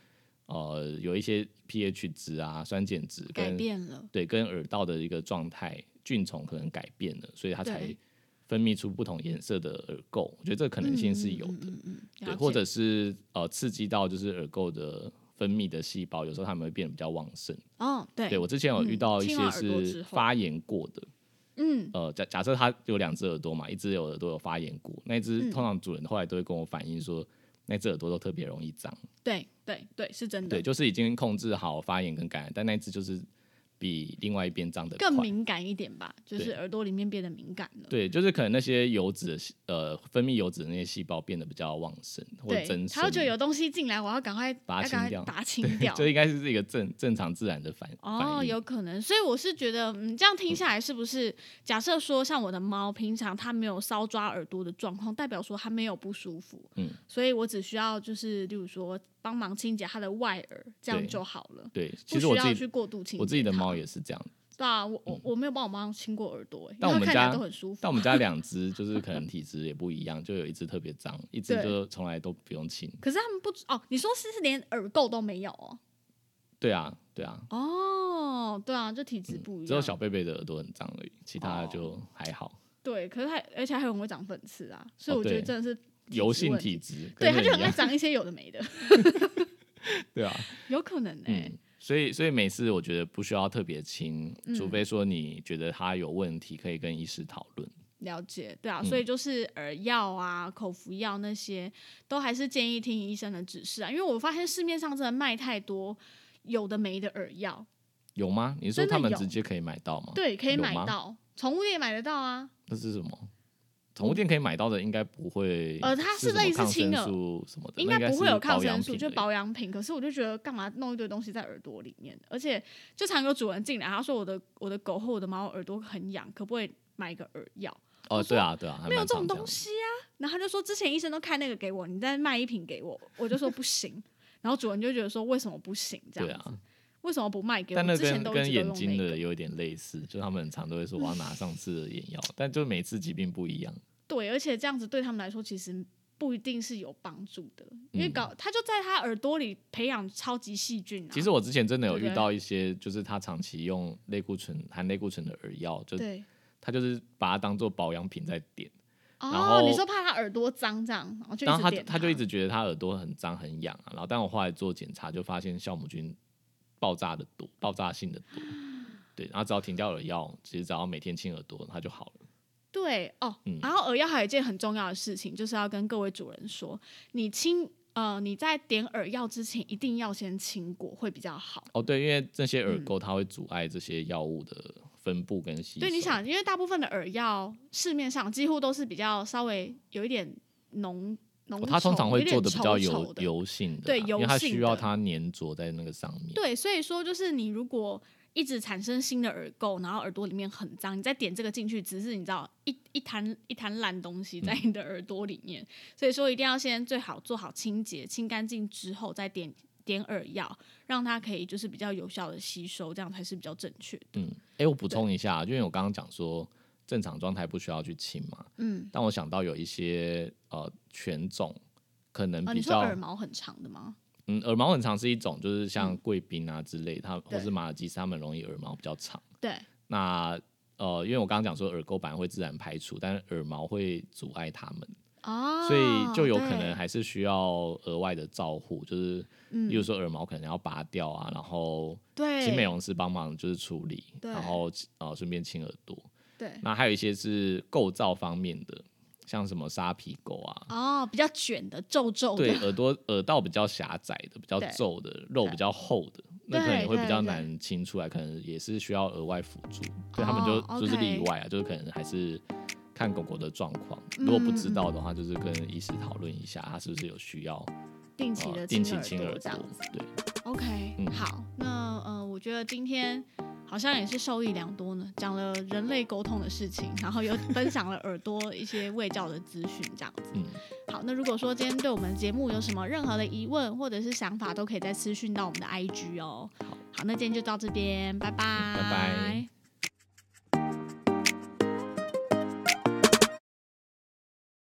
[SPEAKER 2] 呃，有一些 pH 值啊、酸碱值
[SPEAKER 1] 改
[SPEAKER 2] 跟
[SPEAKER 1] 变了。
[SPEAKER 2] 对跟耳道的一个状态，菌虫可能改变了，所以它才
[SPEAKER 1] 对
[SPEAKER 2] 分泌出不同颜色的耳垢。我觉得这个可能性是有的。
[SPEAKER 1] 嗯嗯嗯，嗯
[SPEAKER 2] 对，
[SPEAKER 1] 了
[SPEAKER 2] 或
[SPEAKER 1] 解
[SPEAKER 2] 者是呃刺激到就是耳垢的分泌的细胞，有时候它们会变得比较旺盛。
[SPEAKER 1] 哦，对
[SPEAKER 2] 对我之前有遇
[SPEAKER 1] 嗯
[SPEAKER 2] 到一
[SPEAKER 1] 清
[SPEAKER 2] 些
[SPEAKER 1] 完耳朵之
[SPEAKER 2] 是
[SPEAKER 1] 后
[SPEAKER 2] 发炎过的，
[SPEAKER 1] 嗯，
[SPEAKER 2] 呃，假假设它有两只耳朵嘛，一只有耳朵有发炎过，那一只
[SPEAKER 1] 嗯
[SPEAKER 2] 通常主人后来都会跟我反映说，那只耳朵都特别容易脏，
[SPEAKER 1] 对对对，是真的
[SPEAKER 2] 对，，就是已经控制好发炎跟感染，但那一只就是比另外一边脏的
[SPEAKER 1] 更
[SPEAKER 2] 快。
[SPEAKER 1] 敏感一点吧，就是
[SPEAKER 2] 对
[SPEAKER 1] 耳朵里面变得敏感了。
[SPEAKER 2] 对，就是可能那些油脂的细呃分泌油脂的那些细胞变得比较旺盛或者增
[SPEAKER 1] 对，
[SPEAKER 2] 生
[SPEAKER 1] 他，就觉得有东西进来，我要赶快
[SPEAKER 2] 把它
[SPEAKER 1] 要赶快
[SPEAKER 2] 清掉
[SPEAKER 1] 把它 清掉。
[SPEAKER 2] 这应该是一个正正常自然的反
[SPEAKER 1] 哦，
[SPEAKER 2] 反应
[SPEAKER 1] 有可能，所以我是觉得，嗯，这样听下来是不是？假设说像我的猫，平常它没有搔抓耳朵的状况，代表说它没有不舒服，
[SPEAKER 2] 嗯，
[SPEAKER 1] 所以我只需要就是，例如说帮忙清洁它的外耳，这样
[SPEAKER 2] 对
[SPEAKER 1] 就好了，
[SPEAKER 2] 对，
[SPEAKER 1] 不
[SPEAKER 2] 其实
[SPEAKER 1] 需
[SPEAKER 2] 我
[SPEAKER 1] 要
[SPEAKER 2] 自
[SPEAKER 1] 去
[SPEAKER 2] 己
[SPEAKER 1] 过度清洁。
[SPEAKER 2] 我自己的猫，也是这样，
[SPEAKER 1] 对啊，我我我没有帮我猫清过耳朵、欸，因
[SPEAKER 2] 但
[SPEAKER 1] 为
[SPEAKER 2] 我
[SPEAKER 1] 它
[SPEAKER 2] 们
[SPEAKER 1] 看起来
[SPEAKER 2] 家
[SPEAKER 1] 都很舒服。
[SPEAKER 2] 但我们家两只就是可能体质也不一样，就有一只特别脏，一只
[SPEAKER 1] 对
[SPEAKER 2] 就从来都不用清。
[SPEAKER 1] 可是他们不哦，你说是是连耳垢都没有哦？
[SPEAKER 2] 对啊，对啊，
[SPEAKER 1] 哦，对啊，这体质不一样。
[SPEAKER 2] 嗯
[SPEAKER 1] 哦
[SPEAKER 2] 只有小贝贝的耳朵很脏而已，其他的就还好。
[SPEAKER 1] 对，可是它而且还很会长粉刺啊，所以
[SPEAKER 2] 哦
[SPEAKER 1] 我觉得
[SPEAKER 2] 对
[SPEAKER 1] 真的是质
[SPEAKER 2] 油性
[SPEAKER 1] 问
[SPEAKER 2] 体质，
[SPEAKER 1] 对，
[SPEAKER 2] 跟
[SPEAKER 1] 他
[SPEAKER 2] 人
[SPEAKER 1] 就很
[SPEAKER 2] 一
[SPEAKER 1] 爱
[SPEAKER 2] 样。
[SPEAKER 1] 长一些有的没的，
[SPEAKER 2] 对啊，
[SPEAKER 1] 有可能哎、
[SPEAKER 2] 嗯，所以所以每次我觉得不需要特别清，
[SPEAKER 1] 嗯
[SPEAKER 2] 除非说你觉得它有问题，可以跟医师讨论。
[SPEAKER 1] 了解，对啊，
[SPEAKER 2] 嗯
[SPEAKER 1] 所以就是耳药啊、口服药那些，都还是建议听医生的指示啊，因为我发现市面上真的卖太多有的没的耳药，
[SPEAKER 2] 有吗？你是说
[SPEAKER 1] 真的
[SPEAKER 2] 他们
[SPEAKER 1] 有
[SPEAKER 2] 直接可以买到吗？，
[SPEAKER 1] 对，可以
[SPEAKER 2] 哦有
[SPEAKER 1] 买
[SPEAKER 2] 吗
[SPEAKER 1] 到，宠物店也买得到啊，
[SPEAKER 2] 那是什么？宠物店可以买到的应该不会，
[SPEAKER 1] 呃它
[SPEAKER 2] 是
[SPEAKER 1] 是类似
[SPEAKER 2] 什么抗
[SPEAKER 1] 清
[SPEAKER 2] 生
[SPEAKER 1] 的
[SPEAKER 2] 素什么的，
[SPEAKER 1] 应
[SPEAKER 2] 那
[SPEAKER 1] 该不会有
[SPEAKER 2] 是
[SPEAKER 1] 抗
[SPEAKER 2] 保养
[SPEAKER 1] 生素，
[SPEAKER 2] 品哦
[SPEAKER 1] 就
[SPEAKER 2] 而已
[SPEAKER 1] 保养品。可是我就觉得干嘛弄一堆东西在耳朵里面？而且就常有主人进来，他说我的我的狗或我的猫耳朵很痒，可不可以买一个耳药？
[SPEAKER 2] 哦，对啊，对啊，还
[SPEAKER 1] 没有
[SPEAKER 2] 蛮
[SPEAKER 1] 这种
[SPEAKER 2] 常样
[SPEAKER 1] 东西啊。然后他就说，之前医生都开那个给我，你再卖一瓶给我，我就说不行。然后主人就觉得说，为什么不行？这
[SPEAKER 2] 对
[SPEAKER 1] 样
[SPEAKER 2] 啊
[SPEAKER 1] 子，，为什么不卖给我？
[SPEAKER 2] 但那
[SPEAKER 1] 之前
[SPEAKER 2] 跟
[SPEAKER 1] 都一
[SPEAKER 2] 跟
[SPEAKER 1] 直
[SPEAKER 2] 眼
[SPEAKER 1] 都用
[SPEAKER 2] 睛
[SPEAKER 1] 那
[SPEAKER 2] 的
[SPEAKER 1] 个。
[SPEAKER 2] 有一点类似，就他们很常都会说我要拿上次的眼药，但就每次疾病不一样。
[SPEAKER 1] 对，而且这样子对他们来说，其实不一定是有帮助的，因
[SPEAKER 2] 嗯
[SPEAKER 1] 为搞他就在他耳朵里培养超级细菌啊。
[SPEAKER 2] 其实我之前真的有
[SPEAKER 1] 对不
[SPEAKER 2] 遇
[SPEAKER 1] 对
[SPEAKER 2] 到一些，就是他长期用类固醇含类固醇的耳药，就
[SPEAKER 1] 对，
[SPEAKER 2] 他就是把它当做保养品在点，然
[SPEAKER 1] 哦，
[SPEAKER 2] 后
[SPEAKER 1] 你说怕他耳朵脏这样，然后就一
[SPEAKER 2] 然后
[SPEAKER 1] 直
[SPEAKER 2] 他
[SPEAKER 1] 点
[SPEAKER 2] 他就一直觉得他耳朵很脏很痒、啊，然后但我后来做检查就发现酵母菌爆炸的多，爆炸性的多。对，然后只要停掉耳药，其实只要每天清耳朵，它就好了。
[SPEAKER 1] 对哦，
[SPEAKER 2] 嗯
[SPEAKER 1] 然后耳药还有一件很重要的事情，就是要跟各位主人说，你清呃你在点耳药之前一定要先清过，会比较好。
[SPEAKER 2] 哦，对，因为这些
[SPEAKER 1] 嗯
[SPEAKER 2] 耳垢它会阻碍这些药物的分布跟吸收。
[SPEAKER 1] 对，你想，因为大部分的耳药市面上几乎都是比较稍微有一点浓浓稠、
[SPEAKER 2] 哦它通常会
[SPEAKER 1] 有点
[SPEAKER 2] 做的比较
[SPEAKER 1] 稠
[SPEAKER 2] 油
[SPEAKER 1] 稠的
[SPEAKER 2] 油性的啦，
[SPEAKER 1] 对
[SPEAKER 2] 因为它
[SPEAKER 1] 油性
[SPEAKER 2] 需要
[SPEAKER 1] 的
[SPEAKER 2] 它粘着在那个上面。
[SPEAKER 1] 对，所以说就是你如果一直产生新的耳垢，然后耳朵里面很脏，你再点这个进去，只是你知道一一滩一滩烂东西
[SPEAKER 2] 嗯
[SPEAKER 1] 在你的耳朵里面，所以说一定要先最好做好清洁，清干净之后再点点耳药，让它可以就是比较有效的吸收，这样才是比较正确的。
[SPEAKER 2] 嗯，哎、我补充一下，因为我刚刚讲说正常状态不需要去清嘛，
[SPEAKER 1] 嗯，
[SPEAKER 2] 但我想到有一些呃犬种可能
[SPEAKER 1] 啊，
[SPEAKER 2] 比
[SPEAKER 1] 你说
[SPEAKER 2] 较、
[SPEAKER 1] 耳毛很长的吗？
[SPEAKER 2] 嗯，耳毛很长是一种，就是像贵宾啊之类，它或
[SPEAKER 1] 嗯对
[SPEAKER 2] 是马尔济斯，它们容易耳毛比较长。
[SPEAKER 1] 对，
[SPEAKER 2] 那呃，因为我刚刚讲说耳垢本来会自然排除，但是耳毛会阻碍它们，
[SPEAKER 1] 哦，
[SPEAKER 2] 所以就有可
[SPEAKER 1] 对
[SPEAKER 2] 能还是需要额外的照护，就是
[SPEAKER 1] 嗯
[SPEAKER 2] 例如说耳毛可能要拔掉啊，然后
[SPEAKER 1] 对
[SPEAKER 2] 请美容师帮忙就是处理，
[SPEAKER 1] 对
[SPEAKER 2] 然后呃顺便清耳朵。
[SPEAKER 1] 对
[SPEAKER 2] 那还有一些是构造方面的，像什么沙皮狗啊，
[SPEAKER 1] 哦，比较卷的皱皱的，
[SPEAKER 2] 对，耳朵耳道比较狭窄的、比较
[SPEAKER 1] 哦对
[SPEAKER 2] 皱的、肉比较厚的，那可
[SPEAKER 1] 对
[SPEAKER 2] 能也会比
[SPEAKER 1] 对
[SPEAKER 2] 较
[SPEAKER 1] 对
[SPEAKER 2] 难清出来，可能也是需要额外辅助。对他们就、
[SPEAKER 1] 哦
[SPEAKER 2] 就是
[SPEAKER 1] OK
[SPEAKER 2] 例外啊，就是可能还是看狗狗的状况，如果不
[SPEAKER 1] 嗯
[SPEAKER 2] 知道的话，就是跟医师讨论一下，它是不是有需要
[SPEAKER 1] 定期
[SPEAKER 2] 呃
[SPEAKER 1] 的
[SPEAKER 2] 定期清
[SPEAKER 1] 耳朵
[SPEAKER 2] 耳
[SPEAKER 1] 这样
[SPEAKER 2] 朵
[SPEAKER 1] 子。。
[SPEAKER 2] 对，
[SPEAKER 1] OK，、
[SPEAKER 2] 嗯
[SPEAKER 1] 好，那呃，我觉得今天好像也是受益良多呢，讲了人类沟通的事情，然后又分享了耳朵一些卫教的资讯，这样子。
[SPEAKER 2] 嗯，
[SPEAKER 1] 好，那如果说今天对我们节目有什么任何的疑问或者是想法，都可以再私讯到我们的 IG 哦。好，那今天就到这边，拜拜，
[SPEAKER 2] 拜拜。